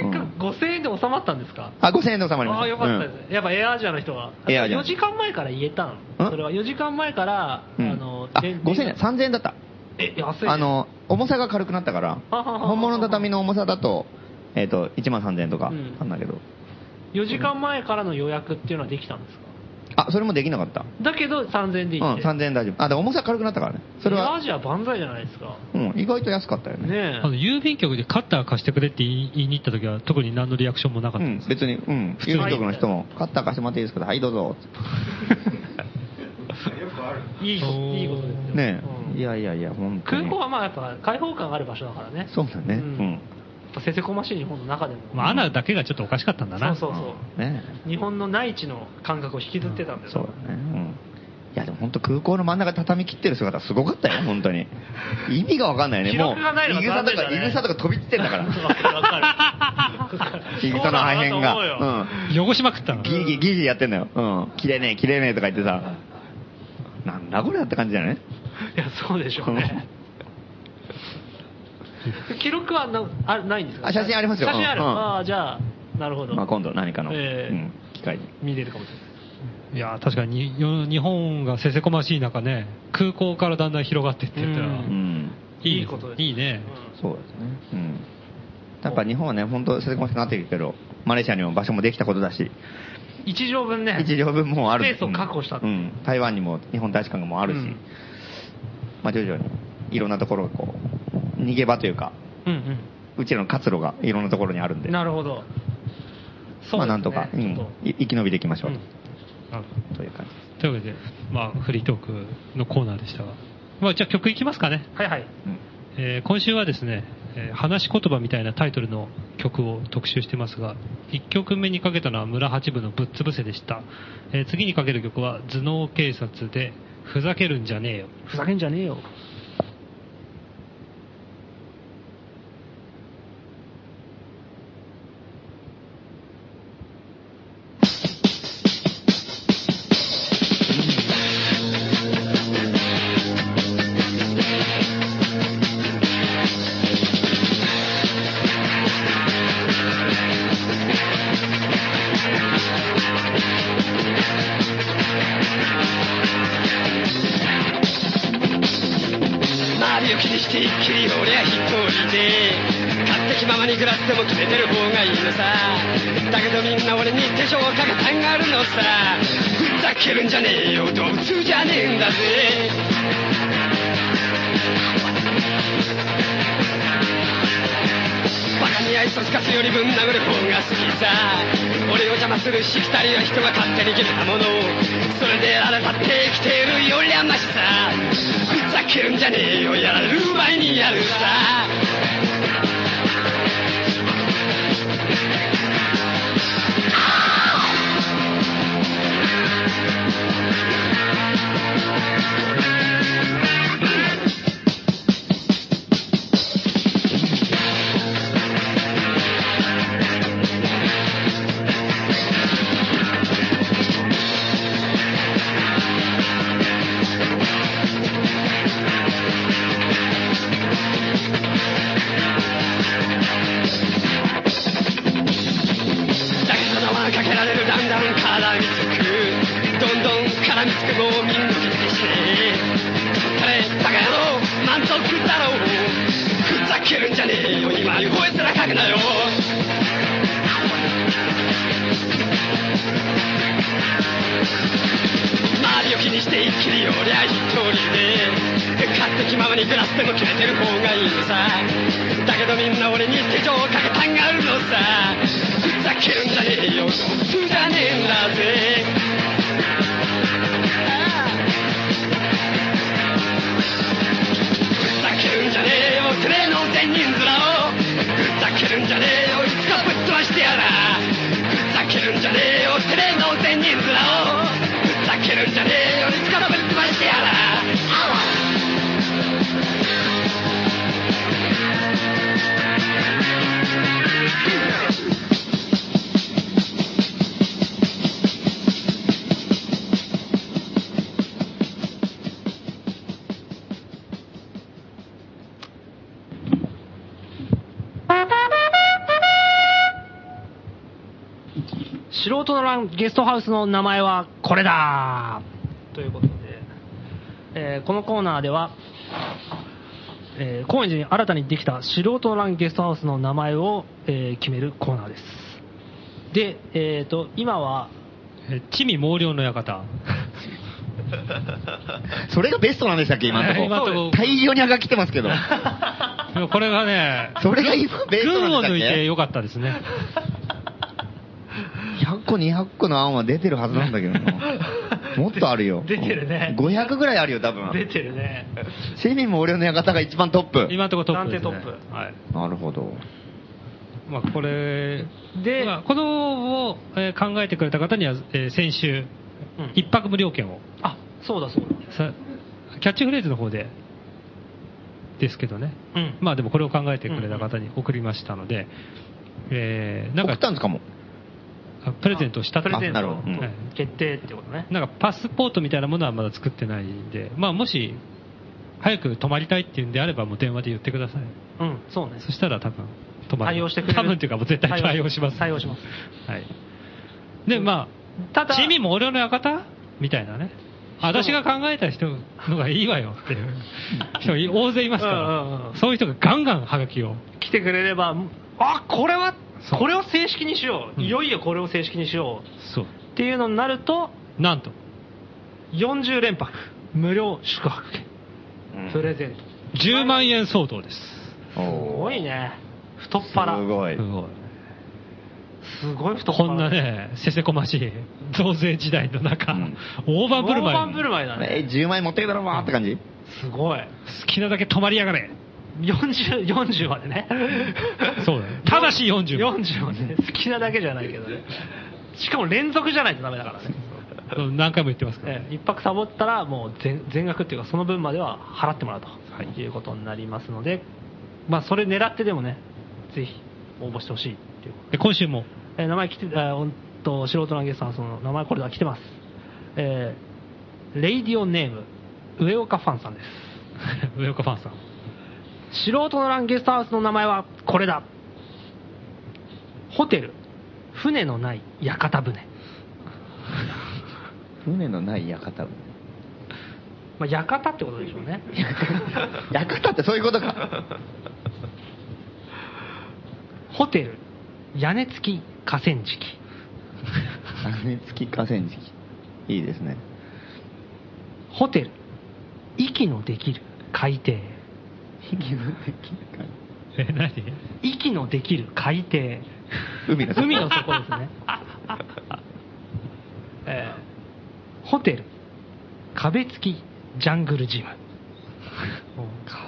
ほどうん結果5000円で収まったんですかあ、5000円で収まりました。ああ、よかったでうんすね。やっぱエアアジアの人は。エアアジア4時間前から言えたん。んそれは4時間前から、あうんの、あ、で5000円、3000円だった。え、安いね。あの、重さが軽くなったから、はははは本物の畳の重さだと、えっと、1万3000円とうかんなんだけど。 4時間前からの予約っていうのはできたんですかあ、それもできなかった。だけど3000円でうん、いいって。 3000円大丈夫。あ、でも重さ軽くなったからね。それエアはア、ジア万歳じゃないですか。うん、意外と安かったよね。ねあの郵便局でカッター貸してくれって言い言いに行った時は特に何のリアクションもなかうったんんで、す。別に、うん、通に郵便局の人も、カッター貸してもらっていいですかはい、どうぞ。え。いいこと、いいことですよ。ねえ、うんいやいやいや、本当に。空港はまあやっぱ開放感ある場所だからね。そうだね。うんうん。やっぱせせこましい日本の中でも。まあ、アナだけがちょっとおかしかったんだな。そうそうそう。ね日本の内地の感覚を引きずってたんえですそうよ。だね。うん。いや、でも本当空港の真ん中畳み切ってる姿すごかったよ、本当に。意味がわかんないね。記も録う、がないのがイグサと残念だか、ねイグサとか飛び散って [LAUGHS] んだから。わかるイグサの破片そうだなと思うよが。うん。汚しまくったの。ギリギリギリギリやってんだよ。うん。切れねえ、切れねえとか言ってさ。なんだこれって感じだよね。いや、そうでしょうね。 [LAUGHS] 記録はなあないんですかあ写真ありますよ写真ある。うんうんああ、じゃあ、なるほど。まあ今度何かの、ええうん、機会に。見れるかもしいやー、確かによ日本がせせこましい中ね、空港からだんだん広がってって言ったら、ううんん。れない。いいことです。いいねそうですね。うん。やっぱ日本はね、本当、せせこましくなっていくけど、マレーシアにも場所もできたことだし、うん。一畳分ね。一両分もうある。スペースを確保したうんうん。台湾にも日本大使館もあるし、うんまあ徐々にいろんなところがこう、逃げ場というか、うんうちらの活路がいろんなところにあるんうで、ん。なるほど。そうですねまあなんとか、うちょっんとい生き延びていきましょううんあと、という感じです。というわけで、まあ、フリートークのコーナーでしたが、まあ、じゃあ曲いきますかね。はいはい。うんえー今週はですね、えー話し言葉みたいなタイトルの曲を特集してますが、1曲目にかけたのは村八部のぶっつぶせでした。えー次にかける曲は頭脳警察で、ふざけるんじゃねえよ。ふざけんじゃねえよ。周りを気にして一きり俺は一人で勝手気ままに暮らしても決めてる方がいいのさだけどみんな俺に手錠をかけたがるのさふざけるんじゃねえよ動物じゃねえんだぜバカに愛想つかすよりぶん殴る方が好きさ俺を邪魔するしきたりは人が勝手に決めたものそれであなたって生きているよりはましさふざけるんじゃねえよやられる前にやるさだけど名前かけられるだんだん絡みつくどんどん絡みつくもうみんな気にして彼バカ野郎満足だろうふざけるんじゃねえよ今に吠えすらかけなよ周りを気にして一気に俺は一人で勝手気ままに暮らしても決めてる方がいいのさだけどみんな俺に手錠をかけたがるのさふざけるんじゃねえよ普通じゃねえんだぜふざけるんじゃねえよてめえの善人面をふざけるんじゃねえよいつかぶっ飛ばしてやらふざけるんじゃねえよてめえの善人面をふざけるんじゃねえよいつかぶっ飛ばして京都のランゲストハウスの名前はこれだということで、えーこのコーナーでは、えー高円寺に新たにできた素人のランゲストハウスの名前を、えー決めるコーナーです。で、えっ、と、今は、えー、地味毛量の館。それがベストなんでしたっけ、今のとこ今のとこ [LAUGHS] 大量に上が来てますけど。でもこれがね、それが今ベスト群なをんで抜しいたってけよかったですね。 100個、200個の案は出てるはずなんだけどな。 [LAUGHS] もっとあるよ。出てるね500ぐらいあるよ、多分。出てるね。市民も俺の館が一番トップ。今のところトップです、ね。暫定トップはい。なるほど。まあ、これ、でまあこのを、えー考えてくれた方には、えー先週、うん一泊無料券をあ、そうだそうだ。さ、キャッチフレーズの方で、ですけどね。うんまあでもこれを考えてくれた方に送りましたので、えーなん送かったんですかも。あプレゼントしたプとレゼンあなるほトどうん決定ってことね。なんかパスポートみたいなものはまだ作ってないんで、まあ、もし早く泊まりたいっていうんであれば、もう電話で言ってください、うん、そうね。そしたら多分泊まる対応してくれる。多分というか、もう絶対対応します、対応します。はい、で、またあ、だ、チミも俺の館みたいなね、私が考えた人のがいいわよっていう [LAUGHS] 人、大勢いますかうんうんうらん、そういう人がガンガンハガキを、来てくれれば、あ、これはそ、うこれを正式にしよう。うんいよいよこれを正式にしよう。そうっていうのになると、なんと、 40連泊、無料宿泊券、プレゼント。 10万円相当です。すすごい。ね。太っす腹。ごいす。ごいすごい太っ腹。こんな。ね、せせこましい増税時代の中、うん大盤振る舞大い。盤振る舞いだえね。 10枚持ってくだろうわーって感じすごい。好きなだけ泊まりや [LAUGHS] がれ。 40、40までね。そうだねただし40 40までね。好きなだけじゃないけどね。しかも連続じゃないとダメだからね。何回も言ってますから、ええ一泊サボったらもう全全額っていうかその分までは払ってもらうと、い、うことになりますので、まあ、それ狙ってでもねぜひ応募してほしいっていうこで今週も、と、えー名前来てあ本当素人のゲストさんその名前これだ来てますえーレイディオネーム上岡ファンさんです [LAUGHS] 上岡ファンさん。素人のランゲストハウスの名前はこれだホテル船のない屋形船、船のない館。まあ、屋形ってことでしょうね [LAUGHS] 館ってそういうことか。 [LAUGHS] ホテル屋根付き河川敷羽付き河川敷。いいですね。ホテル息のできる海底え、何息のできる海底海の底海の底です [LAUGHS] ね、えーホテル壁付きジャングルジム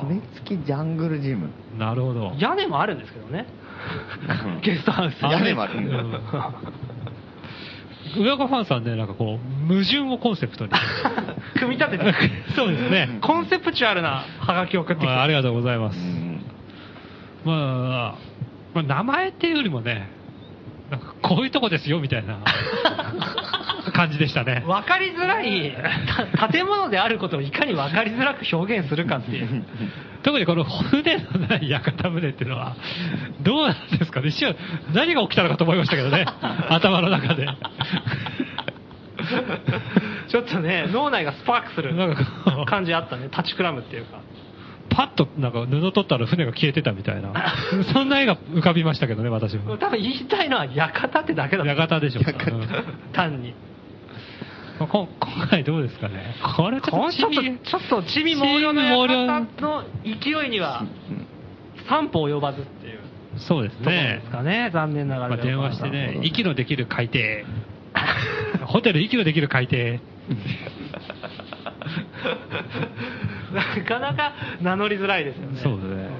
壁付きジャングルジム。なるほど。屋根もあるんですけどねうんゲストハウス屋根もある上岡ファンさんね、なんかこう、矛盾をコンセプト [LAUGHS] に。組み立ててそうですね。コンセプチュアルなハガキを送ってきて [LAUGHS] あありがとうございますう。んまあ、まあ、名前っていうよりもね、なんかこういうとこですよみたい [LAUGHS] な感じでしたね。分かりづらいた建物であることをいかに分かりづらく表現するかっていう特にこの船のない屋形船っていうのは、どうなんですかね、一瞬、何が起きたのかと思いましたけど [LAUGHS] ね、頭の中で。 [LAUGHS] ちょっとね脳内がスパークするなんかこう感じあったね立ちくらむっていうかパッとなんか布取ったら船が消えてたみたいな、そんな絵が浮かびましたけどね、私多も。分言いたいのは館ってだけだ屋形でしょうか。うん単にまあこ [LAUGHS] 今回どうですかね。これちちょょっっととち地ょ味っとちび毛量の館の勢いには三歩及ばずっていうそうですところでねす。かね残念ながまあ、ら、電話しなてるねほ、ど息のできる海底。ホテル息のできる海底。 [LAUGHS] なかなか名乗りづらいですよねそうですね。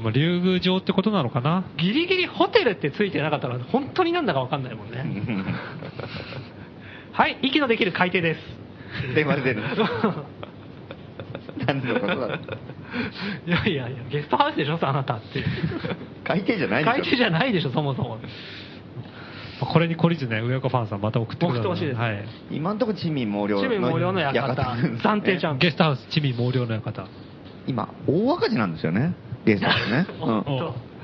まあ、竜宮城ってことなのかな。ギリギリホテルってついてなかったら本当になんだかわかんないもん [LAUGHS] ねはい息のできる海底です電話で [LAUGHS] 出る。何のことだろういやいやいやゲストハウスでしょあなたっていう海底じゃない海でし底ょ。じゃないでしょそもそもまあこれに懲りずね、上岡ファンさんまた送ってください。送ってほしいですはい。今んとこ地味毛量チビ無料の館暫定チャん。ンピオゲンストハウス、地味毛量の館。今、大赤字なんですよね。ゲストですね。うおっと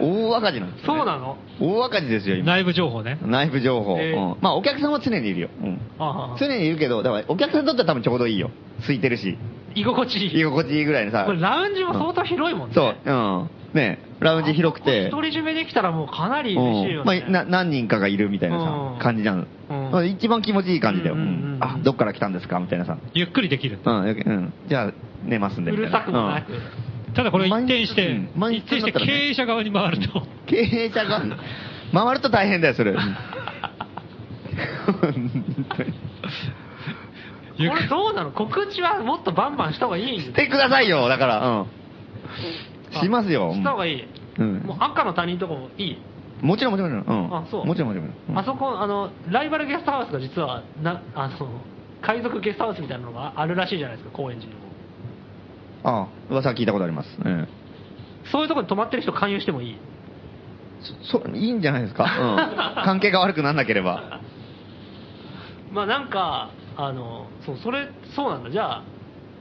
ん。大赤字なんですよねそうなの大赤字ですよ、今。内部情報ね。内部情報。えーうんまあ、お客さんは常にいるよ。うんああ常にいるけど、だから、お客さんにとっては多分ちょうどいいよ。空いてるし。居心地いい居心地いいぐらいのさこ。れラウンジも相当広いもんね、そう、うん。ねラウンジ広くて。独り占めできたらもうかなり嬉しいうんよまね、あ、な何人かがいるみたいなさ、うん感じじゃん、うんまあ一番気持ちいい感じだよ、うんうんうんうんうんあどっから来たんですかみたいなさ、ゆっくりできる。うんよけうん、じゃあ寝ますんでうみたるいさなくもなく、うんただこれ一転して、うん満室一転してだったら経ね営者側に回ると、経営者が回ると大変だ [LAUGHS] よそれ本当にこれどうなの告知はもっとバンバンした方がいいしてくださいよだから、うん、しますよした方がいい、うんもう赤の他人とかもいい、もちろんもちろんもちろん、うん、あそうもちろんもちろん、うんあそこあのライバルゲストハウスが実はなあの海賊ゲストハウスみたいなのがあるらしいじゃないですか高円寺にもあ噂は聞いたことあります、うんそういうところに泊まってる人勧誘してもいいそそいいんじゃないですか、 [LAUGHS] うん、関係が悪くならなければまあなんかあのそうそれそうなんだじゃあ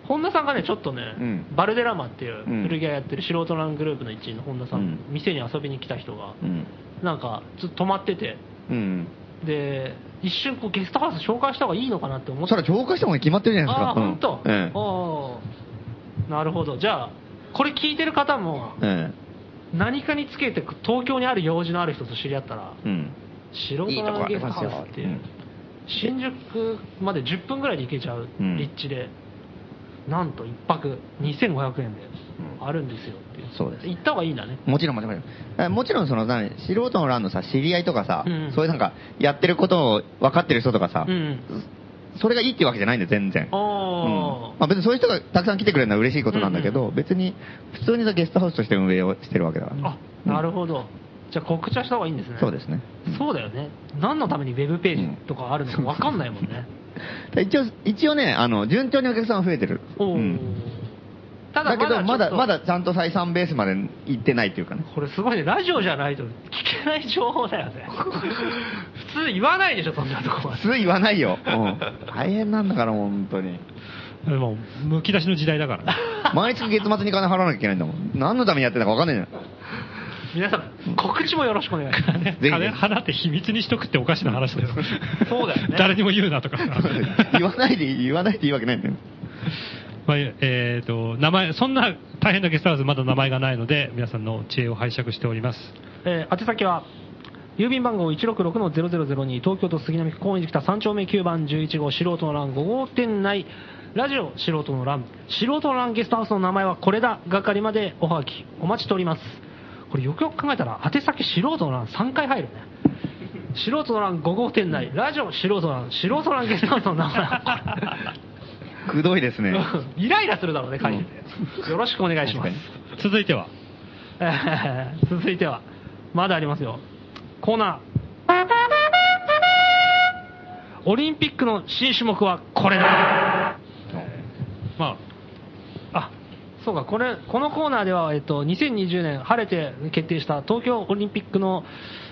本田さんがねちょっとね、うんバルデラマっていううん古着屋やってる素人ラングループの一員の本田さん、うん店に遊びに来た人が、うんなんかずっと泊まっててうんで一瞬こうゲストハウス紹介した方がいいのかなって思ってそれ浄化した方が決まってるじゃないですか。ああー、うん本当、ええおーなるほどじゃあこれ聞いてる方もえ何かにつけて東京にある用事のある人と知り合ったらえうん。素人ランゲストハウスっていういいとこ新宿まで10分ぐらいで行けちゃううん立地で、なんと1泊2500円でうんあるんですよっていう、そうです行った方がいいんだねもちろん、もちろん。えもちろん、その、何素人の欄のさ、知り合いとかさ、うんそういうなんか、やってることを分かってる人とかさ、うんうんそれがいいってわけじゃないんだよ、全然。うんあまあ、別にそういう人がたくさん来てくれるのは嬉しいことなんだけど、うんう別に普通にさゲストハウスとして運営をしてるわけだからね、あなるほど、じゃあ告知はした方がいいんですねそうですねそうだよね何のためにウェブページとかあるのか分かんないもんね、で一応一応ねあの順調にお客さんは増えてる、おお、うんただだけどまだまちょっだちゃんと採算ベースまで行ってないっていうかねとこれすごいねラジオじゃないと聞けない情報だよ [LAUGHS] ね普通言わないでしょそんなとこは普通言わないよ、うん、大変なんだから本当にで [LAUGHS] もう、むき出しの時代だから。毎月月末に金払わなきゃいけないんだもん何のためにやってたか分かんないじ皆さん告知もよろしくお願いしますぜひ金払って秘密にしとくっておかしな話だよ。そうだよね誰にも言うな [LAUGHS] とかさ。ゃ [LAUGHS] ん言わないで言わないでいいわけないんだよまあ、えっ、と、名前、そんな大変なゲストハウス、まだ名前がないので、皆さんの知恵を拝借しております。 [LAUGHS] えー宛先は郵便番号166-0002東京都杉並区高円寺北3丁目9番11号素人の欄5号店内ラジオ素人の欄素人の欄ゲストハウスの名前はこれだ係までおはがきお待ちしておりますこれよくよく考えたら宛先素人の欄3回入るね素人の欄5号店内ラジオ素人の欄素人の欄ゲストハウスの名くどいですね前イライラするだろ [LAUGHS] うね書いててよろしくお願いします続いては、えー [LAUGHS] 続いてはまだありますよコーナーオリンピックの新種目はこれだまあそうかこれこのコーナーでは、えっと、2020年晴れて決定した東京オリンピックの、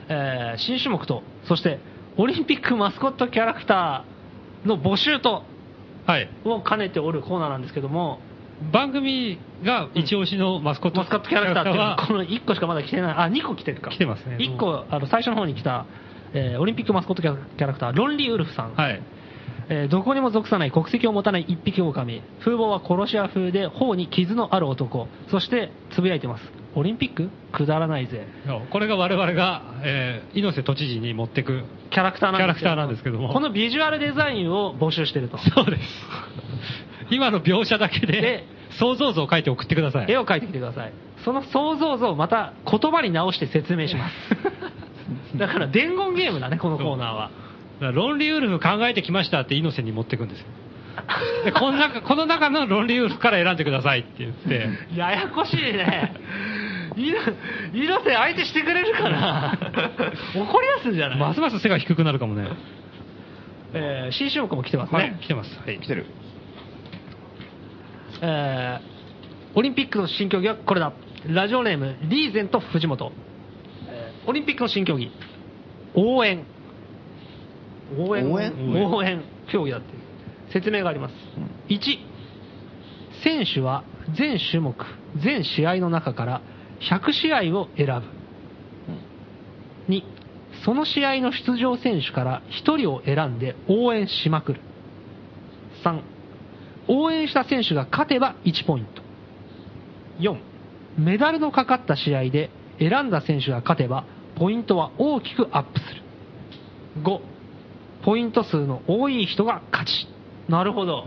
えー新種目とそしてオリンピックマスコットキャラクターの募集とあ、はい。を兼ねておるコーナーなんですけども番組が一押しのマスコットマスカットキャラクターっていうのはこの1個しかまだ来てない、あ、2個来てるか。来てますね1個、あの、最初の方に来た、えーオリンピックマスコットキャラキャラクター、ロンリーウルフさん。はい。えーどこにも属さない国籍を持たない一匹狼。風貌は殺し屋風で、頬に傷のある男。そして、つぶやいてます。オリンピックくだらないぜ。これが我々が、えー、猪瀬都知事に持ってく。キャラクターなんですけどキャラクターなんですけどもこのビジュアルデザインを募集してると。そうです。今の描写だけでで、想像図を書いて送ってくださ [LAUGHS] い。絵を描いてきてくださいその想像像をまた言葉に直して説明します [LAUGHS] だから伝言ゲームだねこのコーナーはだからロンリーウルフ考えてきましたって猪瀬に持ってくんですよ。で、この中、この中のロンリーウルフから選んでくださいって言って、 [LAUGHS] ややこしい [LAUGHS] ねいろ色瀬相手してくれるから [LAUGHS] 怒りやすいんじゃない、ますます背が低くなるかもね。えー、新種目も来てますね、はい、来てます。はい。来てるえーオリンピックの新競技はこれだラジオネームリーゼント藤本、えーオリンピックの新競技応援応援応援応援競技だって説明があります、1選手は全種目全試合の中から100試合を選ぶ。2、その試合の出場選手から1人を選んで応援しまくる。3、応援した選手が勝てば1ポイント。4、メダルのかかった試合で選んだ選手が勝てばポイントは大きくアップする。5、ポイント数の多い人が勝ち。なるほど。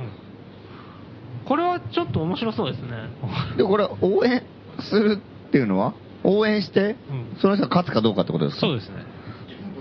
これはちょっと面白そう [LAUGHS] ですね。で、これ、応援するっていうのは応援してうん、その人が勝つかどうかってことですかそうですね。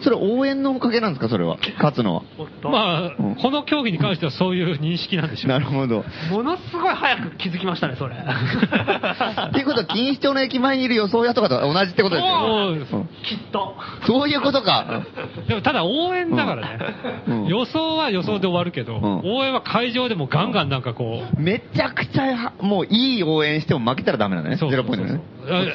それ応援のおかげなんですかそれは。勝つのは。おっとまうんあ、この競技に関してはそういう認識なんでしょう。なるほど。ものすごい早く気づきましたね、 [LAUGHS] それ。っていうことは、錦糸町の駅前にいる予想屋とかと同じってことですそようねですうんきっと。そういうことか。でもただ応援だからね、うん予想は予想で終わるけど、ん応援は会場でもガンガンなんかこう、めちゃくちゃ、もういい応援しても負けたらダメなのね。そうゼそうそロうポイントね。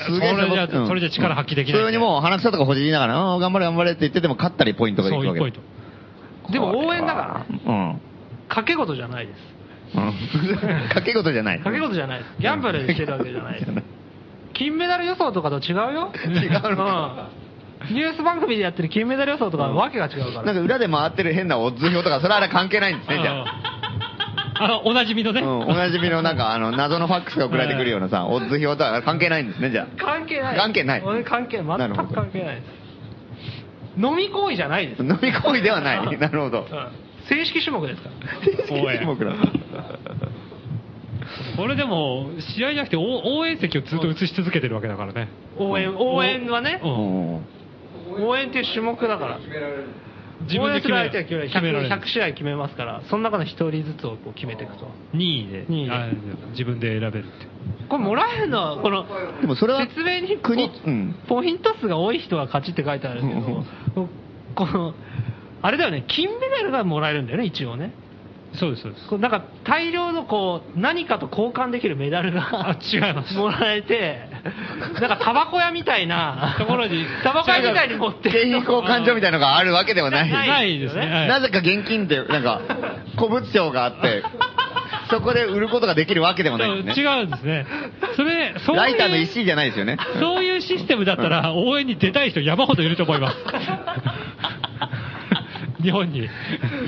そうそれじゃうんそれじゃ力発揮できないそれにもう鼻くそとかほじりながら、あー頑張れ頑張れって言ってても勝ったりポイントがいくそわういうけポイント。でも応援だからね。ね。賭け事じゃないです。うん。うん。 [LAUGHS] 賭け事じゃない。賭け事じゃないです。ギャンブルしてる [LAUGHS] わけじゃないです。金メダル予想とかと違うよ。違うのかうんニュース番組でやってる金メダル予想とかはわけが違うかなら。んか裏で回ってる変なオッズ表とか、それはあれ関係ないんですね、じゃあ。あの、おなじみのね。うん、おなじみのなんかあの謎のファックスが送られてくるようなさ、オッズ表とは関係ないんですね、じゃあ。関係ない。関係ない俺関係、全くなるほど関係ないです。飲み行為じゃないです。 [LAUGHS] 飲み行為ではなうい。んなるほど。うん正式種目ですから。 [LAUGHS] 応援僕ら [LAUGHS] これでも、試合じゃなくて応応援席をずっと映し続けてるわけだからね。応援、応援はねう、ん応援っていう種目だから。自分で決め応援する相手は決められる。100試合決めますから、その中の1人ずつをこう決めていくと。 2位で二位であ自分で選べるって。これもらえるのは、この、でもそれは説明に国こうんポイント数が多い人が勝ちって書いてあるけど、この、あれだよね、金メダルがもらえるんだよね、一応ね。そうです、そうです。こうなんか大量のこう何かと交換できるメダルがあ違いますもらえて、なんかタバコ屋みたいなところにタバコ屋みたいに持って景品交換所みたいなのがあるわけではない。ないないですね。はいなぜか現金って、なんか、古物商があって、そこで売ることができるわけでもないんですね。違うんですね。それ、そういう。ライターの石じゃないですよね。 [LAUGHS] そういうシステムだったら、応援に出たい人山ほどいると思います。日本に。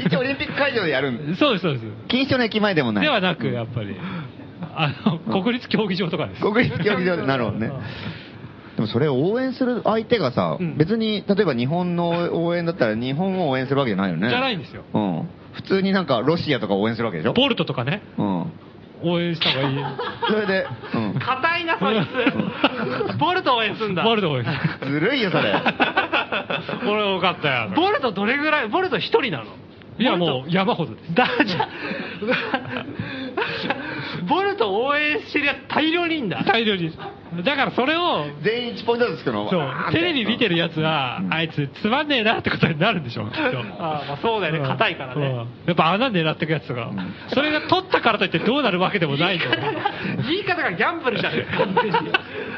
一応オリンピック会場でやるんでそうです、そうです。す。錦糸町の駅前でもない。ではなく、やっぱり、あの、国立競技場とかです。国立競技場で、なるほどね。でもそれ応援する相手がさ、うん別に、例えば日本の応援だったら日本を応援するわけじゃないよね。じゃないんですよ。うん。普通になんかロシアとか応援するわけでしょボルトとかね、うん。応援した方がいい。それで、うん。硬いなそいつボルト応援すんだボルト応援。ずるいよ、それ。俺多かったよ。ボルトどれぐらいボルト一人なのいや、もう山ほどです。だじゃボルト応援してるやつ大量にいんだ大量に。だからそれを、全員1ポイントずつくの。そうわー、ってテレビ見てるやつは、あいつつまんねえなってことになるんでしょ、きっと。あーまあそうだよねん硬いからねうんやっぱ穴狙ってくやつが、それが取ったからといってどうなるわけで [LAUGHS] もないと思う言い方がギャンブルじゃん完全に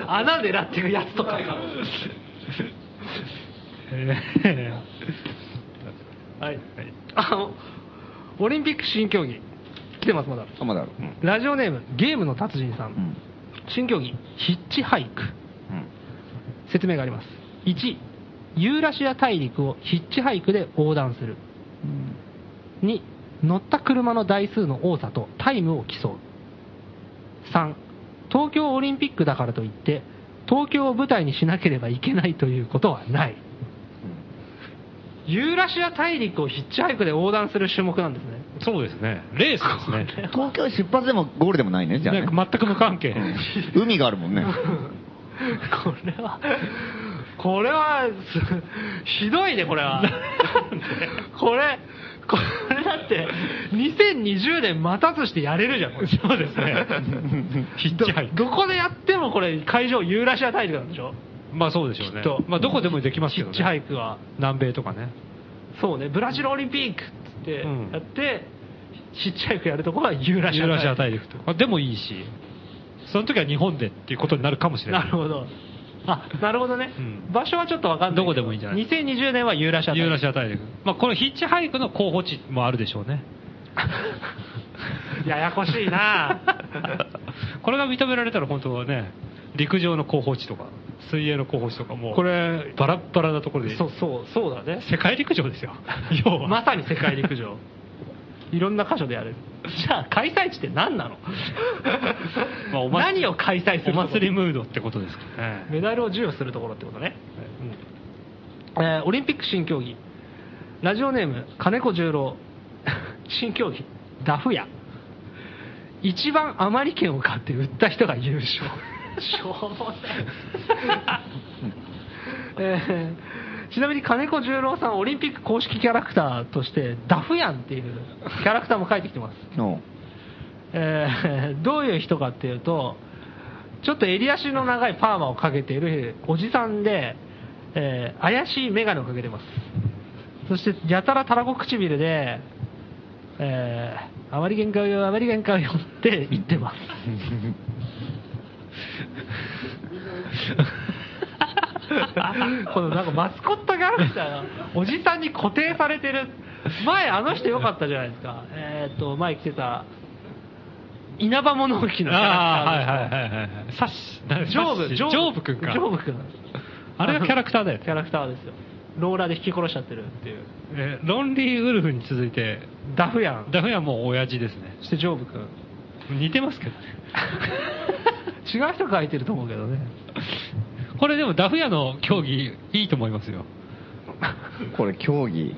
穴狙ってるやつとかえーはい。あのオリンピック新競技来てますまだあまだある。うんラジオネームゲームの達人さん、うん新競技ヒッチハイクうん説明があります1ユーラシア大陸をヒッチハイクで横断する2乗った車の台数の多さとタイムを競う3東京オリンピックだからといって東京を舞台にしなければいけないということはないユーラシア大陸をヒッチハイクで横断する種目なんですねそうですね。レースですね。東京出発でもゴールでもない [LAUGHS] ね、じゃあね。なんか全く無関係。海があるもんね。これは、これは、すひどいね、これは。これ、これだって、2020年待たずしてやれるじゃん、これ。そうですね。ヒッチハイクどこでやってもこれ、会場ユーラシア大陸なんでしょまあそうでしょうねきっと。まあどこでもできますヒけどッチハね。イクは。南米とかね。そうね、ブラジルオリンピックってうんやって、ヒッチハイクやるところはユーラシユアーラシア大大陸とか。でもいいし、その時は日本でっていうことになるかもし陸。れな。ないるほど。あ、なるほどね。うん場所はちょっとわかんないけ。どこでもいいんじゃない ?2020 年はユーラシア大ユー陸ラ。シア大陸。まあこのヒッチハイクの候補地もあるでしょうね。 [LAUGHS] ややこしいな [LAUGHS] これが認められたら本当はね、陸上の候補地とか、水泳の候補地とかも、これバラッバラなところで、そうそうそうだね世界陸上ですよ。 [LAUGHS] 要は。まさに世界陸上いろんな箇所でやれるじゃあ開催地って何なの [LAUGHS] [LAUGHS] まあお祭り何を開催するとおころ祭りムードってことですからね。メダルを授与するところってことね、えーオリンピック新競技ラジオネーム金子十郎 [LAUGHS] 新競技ダフ屋一番余り券を買って売った人が優勝しょうもない [LAUGHS] えーちなみに金子十郎さんオリンピック公式キャラクターとしてダフヤンっていうキャラクターも書いてきてますのえー [LAUGHS] どういう人かっていうと、ちょっと襟足の長いパーマをかけているおじさんで、えー怪しい眼鏡をかけてます。そして、やたらたらこ唇で、えー、アメリカン買うよ、アメリカン買うよって言って [LAUGHS] ます。このなんかマスコットキャラクターがおじさんに固定されてる。前あの人良かったじゃないですか。えーっと、前来てた、稲葉物置のキャあラあ、はいはいはいはい。サッシ、なクター。ジョーブ、ジョーブくんか。ジョーブくん。あれがキャラクターだよキ。ャラクターですよ。ローラーで引き殺しちゃってるっていう。えーロンリーウルフに続いて、ダフやん。ダフはもう親父ですね。そしてジョーブ [LAUGHS] くん。似てますけどね。違う人が書いてると思うけどね。これでもダフ屋の競技いいと思いますよ。これ競技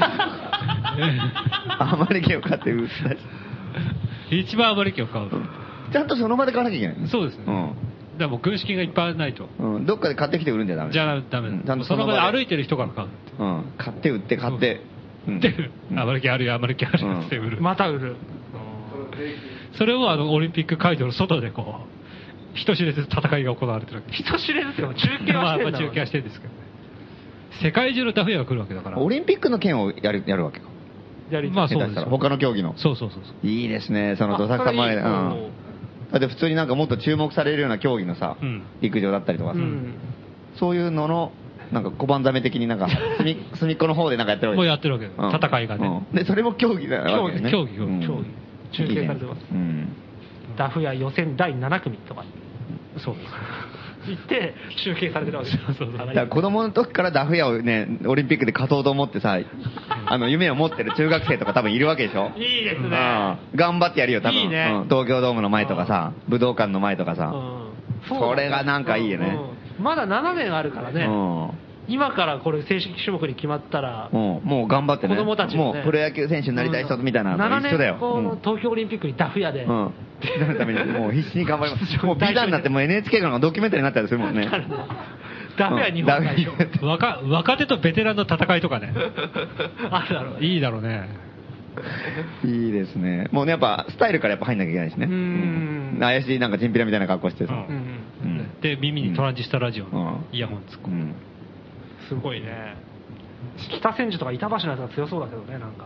あまり毛を買ってうっさい一番余り気を買う。ちゃんとその場で買わなきゃいけないねそうですね。だからもう軍資金がいっぱいないと。うん、うん、どっかで買ってきて売るんじゃダメじゃあダメうんちだ。ゃんもとうその場で歩いてる人から買う。うん、買って売って買って、うんで、うん余り気あるよ、余り気あるよって売る。また売る。それをあのオリンピック会場の外でこう、人知れず戦いが行われてるわけです。人知れですよ。中継まはあしてまあんだもん中継はしてるんですけどね。世界中のダフ屋が来るわけだから。オリンピックの券をやるやるわけかやりまあ下そう手しですたよら他の競技のそうそうそうそう。いいですねそのどさくさ前で、うあそれいいん、だって普通になんかもっと注目されるような競技のさ、うん陸上だったりとかうさ、ん。そういうののなんか小判ざめ的になん [LAUGHS] か隅隅っこの方でなんかやってるわけもうやってるわけうん戦いがねうんでそれも競技だわけだよね競技競技うん競技中継されてますいいねうんダフ屋予選第7組とかそう行って集計されてるわけですそうだから子供の時からダフ屋をね、オリンピックで勝とうと思ってさ、あの、夢を持ってる中学生とか多分いるわけでしょいいですうんね頑張ってやるよ、多分。いいねうん東京ドームの前とかさ、武道館の前とかうさ。んそれがなんかいいよねうんまだ7年あるからうね、ん。今からこれ正式種目に決まったら、うんもう頑張ってね。子供たちももね、うプロ野球選手になりたい人みたいなの7と一緒だよ年。後の東京オリンピックにダフ屋で、うん。うん。なるために、もう必死に頑張 [LAUGHS] ります。もう美談になって、もう NHK のドキュメンタリーになったりするもんね。ダフ屋日本代表、うんダフ屋若若手とベテランの戦いとかね。 [LAUGHS] あるだろうねいいだろうね。いいですね。もうね、やっぱ、スタイルからやっぱ入んなきゃいけないしね。ううんん怪しい、なんかチンピラみたいな格好してさ。ううんうんで、耳にトランジスタラジオのうんイヤホン突っ込うむ。んすごいね北千住とか板橋のやつが強そうだけどねなんか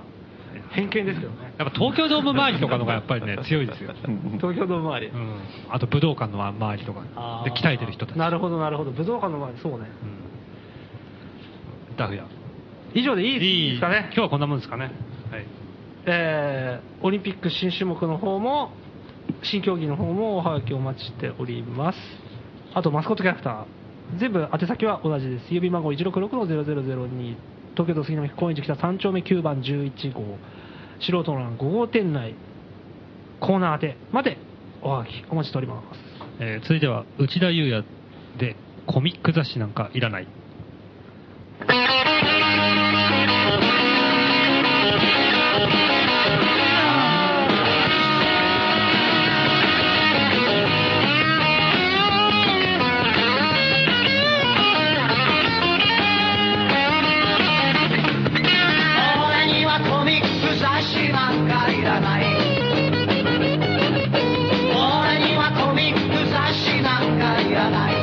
偏見ですけどねやっぱ東京ドーム周りとかのがやっぱりね、強いですよ。東京ドーム周り、うん。あと武道館の周りとかあ。ーで、鍛えてる人たち。なるほどなるほど武道館の周りそうねうんダフ屋。以上でいいですかね今日はこんなもんですかね。はい。えーオリンピック新種目の方も新競技の方もおはがきお待ちしておりますあとマスコットキャラクター全部宛先は同じです郵便番号166-0002東京都杉並区高円寺北3丁目9番11号素人の欄5号店内コーナー宛てまでおはがきお待ちしておりますえー続いては、内田裕也で、コミック雑誌なんかいらない。俺にはコミック雑誌なんかいらない俺にはコミック雑誌なんかいらない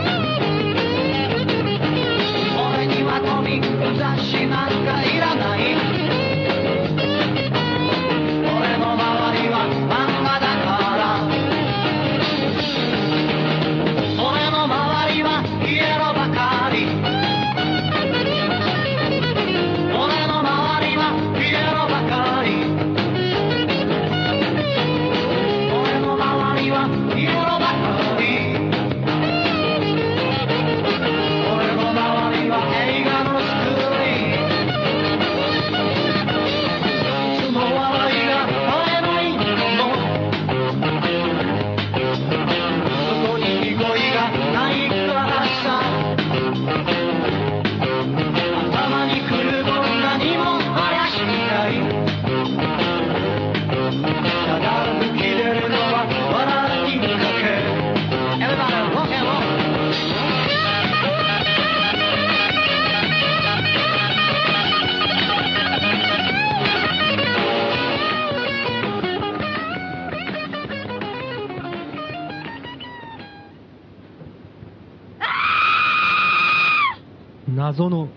謎の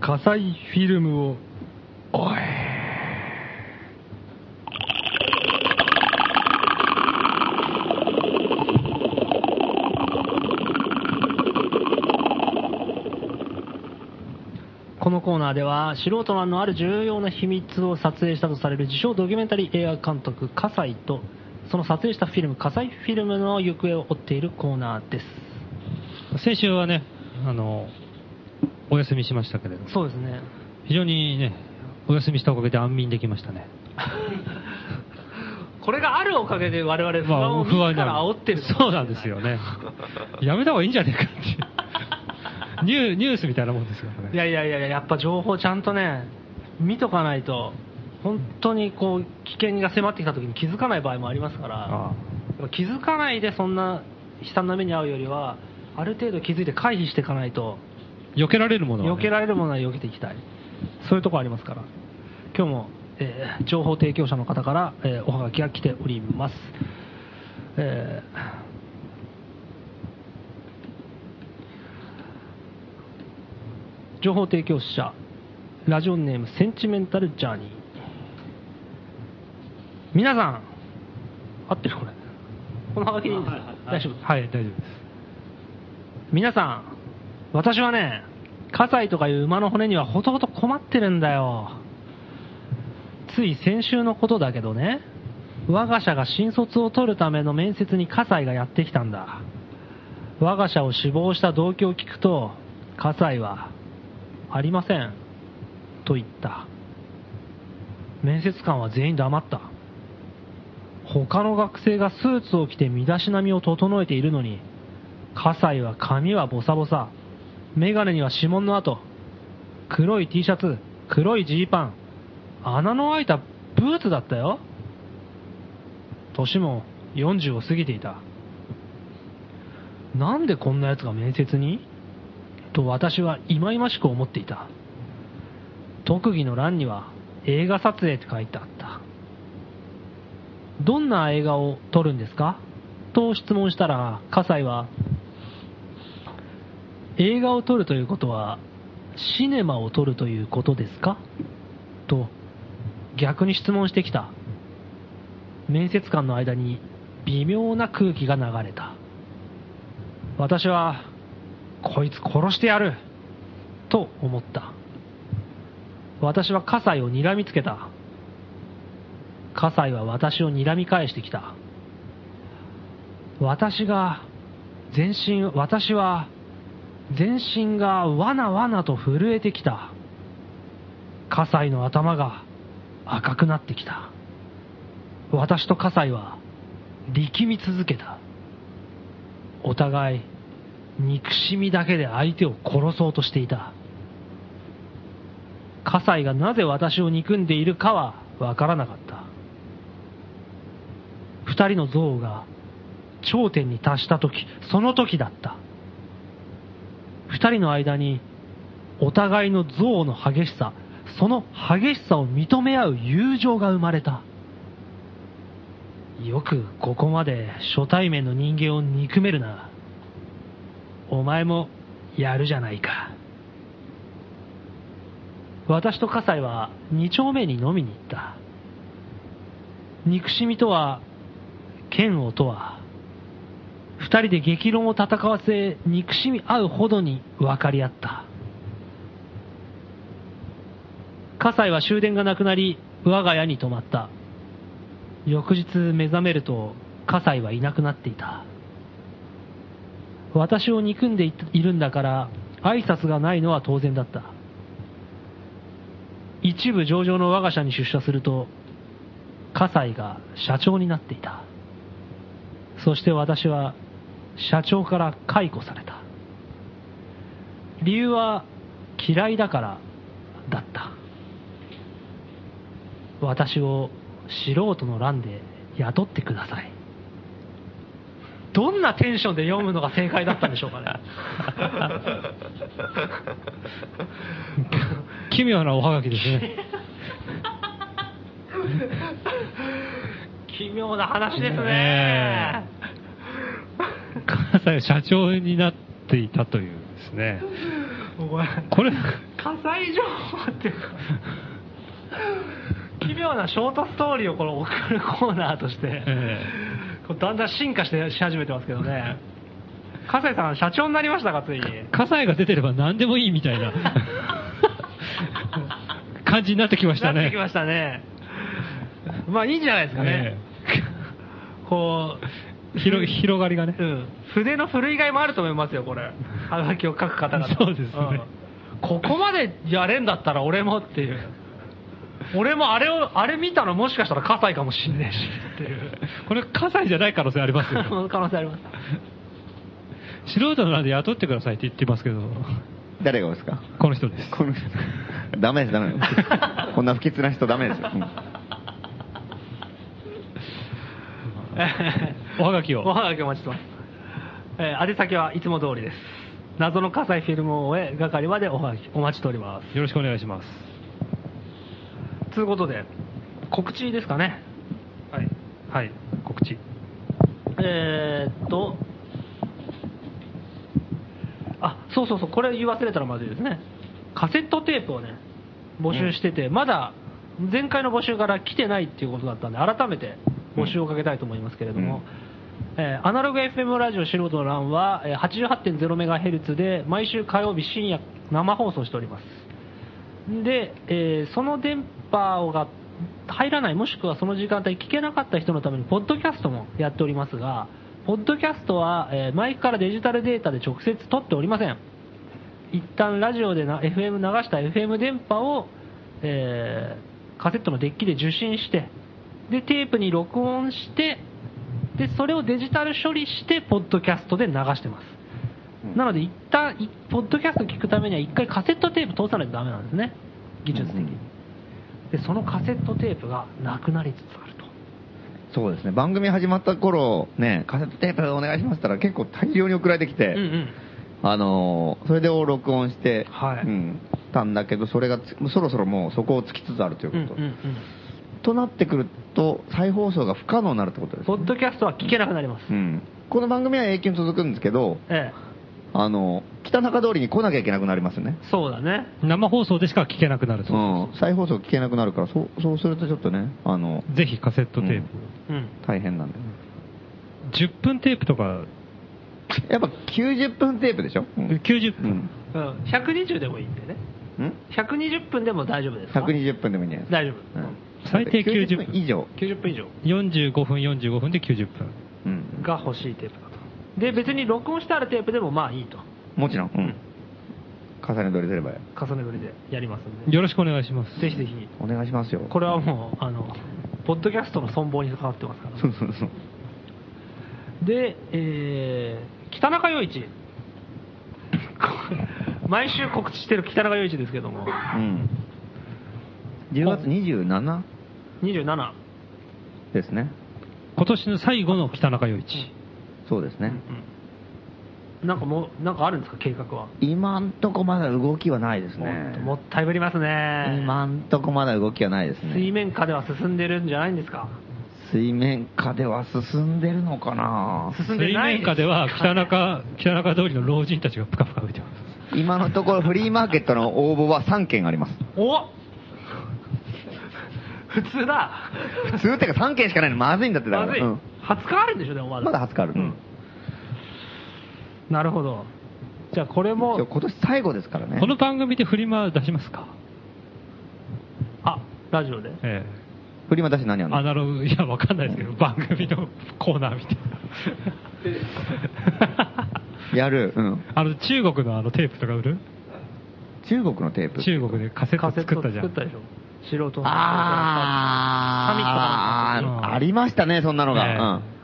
火災フィルムをこのコーナーでは素人ののある重要な秘密を撮影したとされる自称ドキュメンタリー映画監督葛西とその撮影したフィルム葛西フィルムの行方を追っているコーナーです先週はね、あの、お休みしましたけれど、そうですね非常にね、お休みしたおかげで安眠できましたね。 [LAUGHS] これがあるおかげで我々不ま安をあ自になら煽ってる [LAUGHS] そうなんですよね。やめた方がいいんじゃねえかっていう。ニューニュースみたいなもんですからいね。やいやいややっぱ情報ちゃんとね見とかないと本当にこう危険が迫ってきた時に気づかない場合もありますからあやっぱ気づかないでそんな悲惨な目に遭うよりはある程度気づいて回避していかないと避けられるものは、ね。避けられるものは避けていきたいそういうところありますから今日も、えー情報提供者の方から、えーおはがきが来ております、えー情報提供者ラジオネームセンチメンタルジャーニー皆さん合ってるこれこのはがきでいいんですか、大丈夫はい、大丈夫です。皆さん、私はね、家財とかいう馬の骨にはほとほと困ってるんだよ。つい先週のことだけどね、我が社が新卒を取るための面接に家財がやってきたんだ。我が社を志望した動機を聞くと、家財は、ありません、と言った。面接官は全員黙った。他の学生がスーツを着て身だしなみを整えているのに、葛西は髪はボサボサ眼鏡には指紋の跡黒い T シャツ黒いジーパン穴の開いたブーツだったよ年も40を過ぎていたなんでこんな奴が面接にと私は忌々しく思っていた特技の欄には映画撮影って書いてあったどんな映画を撮るんですかと質問したら、葛西は、映画を撮るということは、シネマを撮るということですかと、逆に質問してきた。面接官の間に微妙な空気が流れた。私は、こいつ殺してやると思った。私は葛西を睨みつけた。葛西は私を睨み返してきた。私が、全身、私は、全身がわなわなと震えてきた。葛西の頭が赤くなってきた。私と葛西は力み続けた。お互い、憎しみだけで相手を殺そうとしていた。葛西がなぜ私を憎んでいるかはわからなかった。二人の憎悪が頂点に達した時、その時だった。二人の間に、お互いの憎悪の激しさ、その激しさを認め合う友情が生まれた。よくここまで初対面の人間を憎めるな。お前もやるじゃないか。私と葛西は二丁目に飲みに行った。憎しみとは、嫌悪とは、二人で激論を戦わせ、憎しみ合うほどに分かり合った。葛西は終電がなくなり、我が家に泊まった。翌日目覚めると、葛西はいなくなっていた。私を憎んでいるんだから、挨拶がないのは当然だった。一部上場の我が社に出社すると、葛西が社長になっていた。そして私は社長から解雇された。理由は嫌いだからだった。私を素人の欄で雇ってください。どんなテンションで読むのが正解だったんでしょう [LAUGHS] かね。奇妙なおはがきですね。奇妙な話ですねね。関西社長になっていたというですね。お前、これ、火災情報っていうか、 [LAUGHS] 奇妙なショートストーリーをこの送るコーナーとして、えこうだんだん進化してし始めてますけどね。笠井さん、社長になりました [LAUGHS] か、ついに。葛西が出てれば何でもいいみたいな [LAUGHS] 感じになってきましたなっね。てきましたね。まあ、いいんじゃないですかね。こう、広広がりがね。うん、筆の振るいがいもあると思いますよ、これ、はがきを書く方々。 [LAUGHS] そうですねんここまでやれんだったら俺もっていう、俺もあれをあれ見たの、もしかしたら葛西かもしんねえしっていう、これ、葛西じゃない [LAUGHS] 可能性ありますよ。 [LAUGHS] 可能性あります。素人なんで雇ってくださいって言ってますけど、誰がですかこの人です。この人ダメです、ダメです。こんな不吉な人ダメですよ。うん [LAUGHS] おはがきおを。はがきお待ちしてます。えー、宛先はいつも通りです。謎の葛西フィルムを終え、係までおはがきお待ちしております。よろしくお願いします。ということで、告知ですかね。はい。はい、告知。えーっと、あそうそうそう、これ言い忘れたらまずいですね、カセットテープをね、募集してて、まだ前回の募集から来てないっていうことだったんで、改めて募集をかけたいと思いますけれども、えーアナログ FM ラジオ素人の欄は、えー88.0メガヘルツで、毎週火曜日深夜、生放送しております。で、えーその電波が入らない、もしくはその時間帯聞けなかった人のために、ポッドキャストもやっておりますが、ポッドキャストは、えーマイクからデジタルデータで直接取っておりません。一旦ラジオでな FM 流した FM 電波を、えーカセットのデッキで受信して、で、テープに録音して、で、それをデジタル処理して、ポッドキャストで流してます。なので、一旦、いポッドキャスト聞くためには、一回カセットテープ通さないとダメなんですね。技術的に。で、そのカセットテープがなくなりつつあると。そうですね、番組始まった頃、ね、カセットテープお願いしますって言ったら結構大量に送られてきて、うんうん。あのーそれでを録音して、はいうん、たんだけど、それがつそろそろもうそこをつきつつあるといううんこと。うんとなってくると、再放送が不可能になるってことうん。ですポね、ッドキャストは聞けなくなります。うん。この番組は永久に続くんですけど、ええ。あの北中通りに来なきゃいけなくなりますね。そうだね。生放送でしか聞けなくなると。うん、再放送聞けなくなるから、そうそうするとちょっとね、あのぜひカセットテープ。うん。大変なんで、ね、 10分テープとか、やっぱ90分テープでしょ、うん90う分ん。うん。120でもいいんでね。うん120分でも大丈夫ですか120分でもいいんじゃないですか大丈夫。うん最低90分以上、 90分以上45分、45分で90分。うん、が欲しいテープだと。で、別に録音してあるテープでもまあいいと。もちろん、うん、重ね取りすればいい重ね取りでやりますんで。よろしくお願いします。ぜひぜひ。お願いしますよこれはもう、あの、ポッドキャストの存亡に関わってますから。そうそうそうで、えー、北中陽一。 [LAUGHS] こ毎週告知してる北中陽一ですけども、うん10月27 27。ですね今年の最後の北中陽一。そうですねうんなんかもう、なんかあるんですか、計画は。今んとこまだ動きはないですもっねともったいぶりますね。今んとこまだ動きはないです水ね面下では進んでるんじゃないんですか。水面下では進んでるのかな進んで水ない面下では北中、北中通りの老人たちがぷかぷか浮いてます。今のところフリーマーケットの応募は3件ありますお普通だ。普通っていうか3件しかないのまずいんだってだかまずい。ら、うん20日あるんでしょ、でもまだ。まだ20日ある、うんなるほど。じゃあこれ今日も、今年最後ですからねこの番組でフリマ出しますかあ、ラジオで。えフリマだし何えやんのアナログ、いや、わかんないですけど、番組のコーナーみたいな。やる、うん、 [LAUGHS] あの、中国のあのテープとか売る中国のテープ中国でカセット作ったじゃん。カセット作ったでしょ。素人の。あサミットーだありましたねそんなのが、ね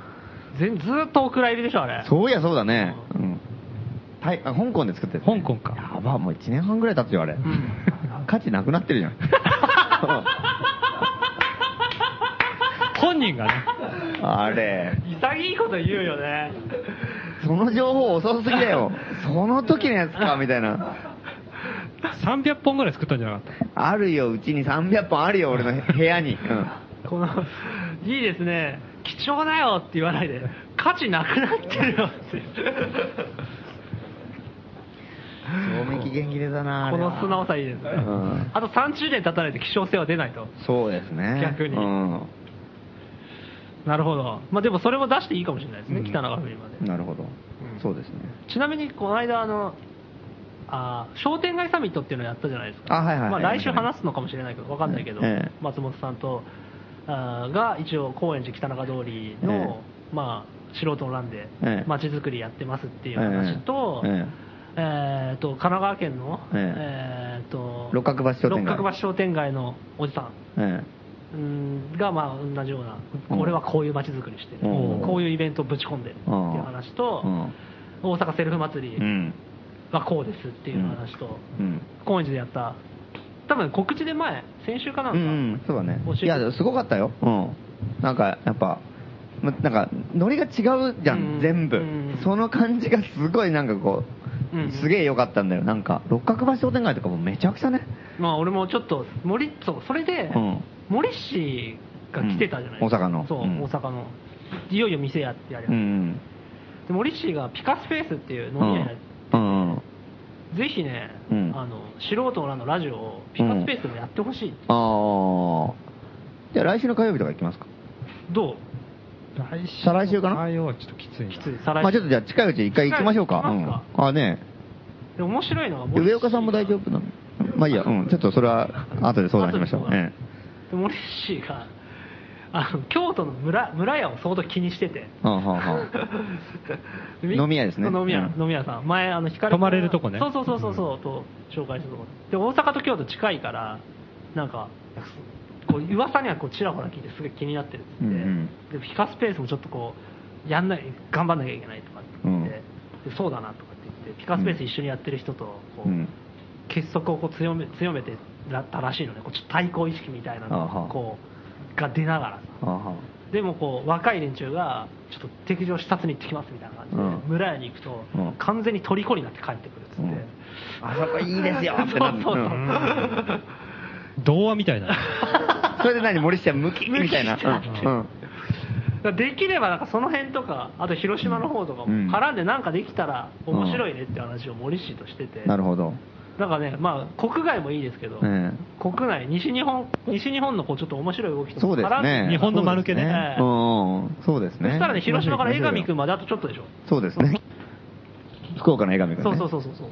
全ずーっとお蔵入りでしょ、あれうん、。そういやそうだね、うん、タイあ香港で作ってる、香港かやばもう1年半ぐらい経つよあれ、ん価値なくなってるじゃん本人がね、あれ潔いこと言うよ [LAUGHS] ね。その情報遅すぎだよその時のやつかみたいな300本ぐらい作ったんじゃなかっあるようちに300本あるよ俺の部屋に、うんこの、いいですね。貴重だよって言わな [LAUGHS] いで、価値なくなってるよって。賞味期限切れだなあこれはの素直さいいですねうんあと30年経たないと希少性は出ないとそうですね逆にうんなるほどまあでもそれも出していいかもしれないですね、うん北中冬までなるほど、そうですねちなみにこの間あのあー商店街サミットっていうのやったじゃないですかあはいはいまあ、来週やりましたね話すのかもしれないけど分かんないけど、ええ松本さんとあーが一応高円寺北中通りの、えまあ、素人の欄でええ街づくりやってますっていう話と,、えええーと神奈川県の、ええーと六角橋商店街六角橋商店街のおじさんえうんがまあ同じような、うん俺はこういう街づくりしてる、うんこういうイベントをぶち込んでるっていう話と、うん大阪セルフ祭えりうんはこうですっていう話と、うん高円寺でやった、多分告知で前、先週かなんうか、んうん、そうだね教え。ていや、すごかったよ。うん。なんか、やっぱ、むなんか、ノリが違うじゃうんん、うん全部うんうん。その感じがすごいなんかこう、うんうんすげえ良かったんだよ。なんか、六角橋商店街とかもめちゃくちゃね。まあ俺もちょっと森、そうそれで、うん森氏が来てたじゃないですか、うん大阪のそう、うん大阪の、いよいよ店やってやりうます、んで森氏がピカスペースっていうう飲み屋ん。やうん。うん。ぜひね、うんあの素人らのラジオをピカスペースでもやってほしい、あー。じゃあ来週の火曜日とか行きますか。どう来再来週かなあはちょっときついなきつい、再来週まあちょっとじゃあ近いうち一回行きましょうか。近いう行きん。まあすーね。で面白いのは森氏上岡さんも大丈夫なのまあいいや、うん。ちょっとそれは後で相談しましょう。後でええ。でモレッシーがあの京都の村村屋を相当気にしててはあはあはあ飲み屋ですね飲み屋、うん飲み屋さん前あの光泊まれるとこねそうそうそうそうそう、と紹介したとこで大阪と京都近いからなんかこう噂にはこうちらほら聞いてすごい気になってるっつって、うんでフィカスペースもちょっとこうやんない頑張んなきゃいけないとかって言って、でそうだなとかって言ってフィカスペース一緒にやってる人とこう、うん結束をこう強め強めてらったらしいのねこうちょっと対抗意識みたいなのあはがこうが出ながらさはあはあでもこう若い連中がちょっと敵情視察に行ってきますみたいな感じで、うん村屋に行くと、うん完全に虜になって帰ってくるっつ [LAUGHS] って、うんあ [LAUGHS] そこいいですよってそなうるそうそう、うん童話みたいな。それで何森下向き向きみたいな。うんうんだから [LAUGHS] できればなんかその辺とかあと広島の方とかもうん絡んでなんかできたら面白いねって話を森氏としてて、なるほど。なんかね、まあ、国外もいいですけど、え国内、西日本、西日本のこうちょっと面白い動きとかそうです絡んね。日本の丸けねそうですうんうん。そうですそね。したらね、広島から江上くんも。まであとちょっとでしょ。そうですね。福岡の江上くんね。そうそうそうそうそう。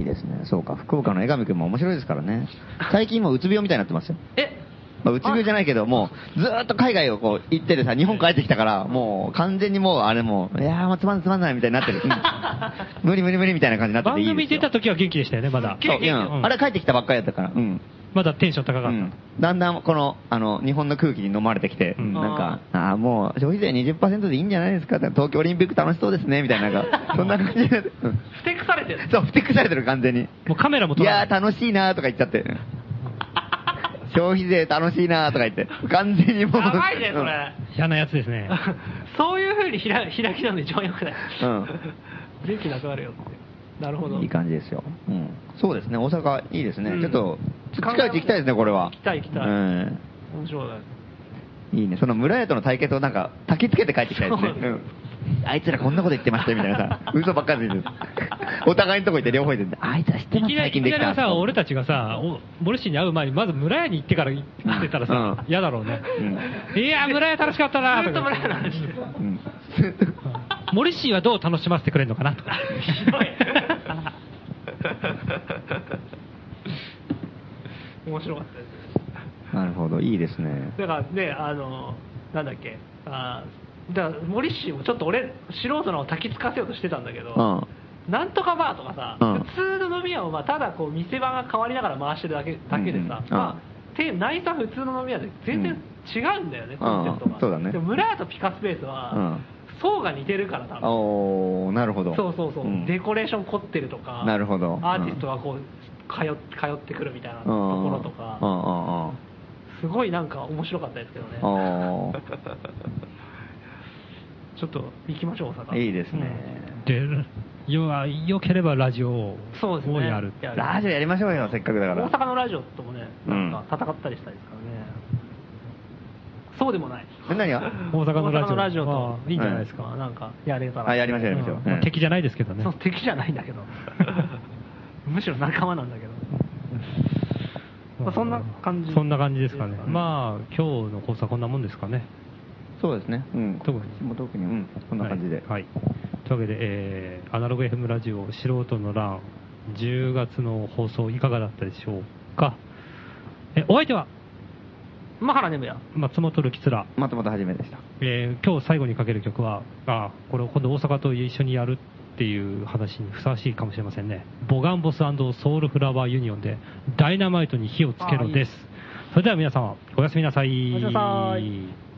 いいですね。そうか。福岡の江上くんも面白いですからね。最近もううつ病みたいになってますよ。えまあ、うつ病じゃないけど、もう、ずーっと海外をこう、行ってるさ、日本帰ってきたから、もう、完全にもう、あれもう、いやー、もうつまんないつまんないみたいになってる。 [LAUGHS] うん無理無理無理みたいな感じになってて番いい組です出よた時は元気でしたよね、まだ。そう、うんうんあれは帰ってきたばっかりやったから。うん。まだテンション高かうっんだんだん、この、あの、日本の空気に飲まれてきて、うんなんか、ああー、もう、消費税20%でいいんじゃないですか東京オリンピック楽しそうですね、みたいな、なんか、そんな感じで、うんふてくさ [LAUGHS] れてる。 [LAUGHS] そう、ふてくされてる、完全に。た。もうカメラもい撮やらー、ない。楽しいなーとか言っちゃって。うん消費税楽しいなーとか言って、完全にもう。やばいね、それ。嫌なやつです [LAUGHS] ね。そういう風にひら開きなの一番良くない。うん [LAUGHS] 元気なくなるよって。なるほうど。ん。いい感じですよ。うん。そうですね、大阪いいですね。うんちょっと、ちょっと近いうち行きたいですね、これは。行きたい行きたいうん面白いね。いいね、その村屋との対決をなんか、焚きつけて帰ってきたいですね。そううんあいつらこんなこと言ってましたよみたいな [LAUGHS] さ、嘘ばっかりついてる。お互いのとこ行って両方行って、あいつら知っていまきす、な最り、近いきできなた。りさ、俺たちがさ、おボルシーに会う前に、まず村屋に行ってから行ってたらさう、ん嫌だろうね。ういやー、村屋楽しかったなずっととか村。屋の話してる。うんモリシーはどう楽しませてくれるのかなとか。ひ [LAUGHS] どい。面白かったです。なるほど、いいですね。だからね、あの、なんだっけ、あーだから森氏もちょっと俺、素人のを焚きつかせようとしてたんだけど、うなんとかバーとかさ、うん普通の飲み屋を、まあ、ただこう店番が変わりながら回してるだけだけでさ、うんまあ、て内装普通の飲み屋で全然違うんだよね、うんコンセプトが。うんそうだねでも村屋とピカスペースは、うん層が似てるから多分おー、なるほど。そうそうそう、んデコレーション凝ってるとか、なるほどアーティストがこう通っ通ってくるみたいなところとか、うんうんうんすごいなんか面白かったですけどね。 [LAUGHS] おーちょっと行きましょう、大阪。いいですね。で、要は、良ければラジオをそうですねやる。やラジオやりましょうよ、せっかくだうかん。大ら。阪のラジオともね、うなんんか戦ったりしたりですからね。そうでもない。え何が大阪のラジオ大阪とあ、あいいんじゃないですかうんなんか、やれたら。あやりましょうやりましょううんうんまあ敵じゃないですけどねそ。う敵じゃないんだけど。 [LAUGHS] むしろ仲間なんだけど。まあそんな感じそんな感じですかねです。かねまあ、今日のコースはこんなもんですかね。そうですね。うん。特にもう特に、うん。こんな感じで。はい。はいというわけで、えーアナログ FM ラジオ素人の欄、10月の放送いかがだったでしょうか。え、お相手は、マハラネムヤ。松本るきつら。またまた初めてでした。えー今日最後にかける曲は、あ、これを今度大阪と一緒にやるっていう話にふさわしいかもしれませんね。ボガンボスソウルフラワーユニオンで、ダイナマイトに火をつけろです。それでは皆様、おやすみなさい。おやすみなさい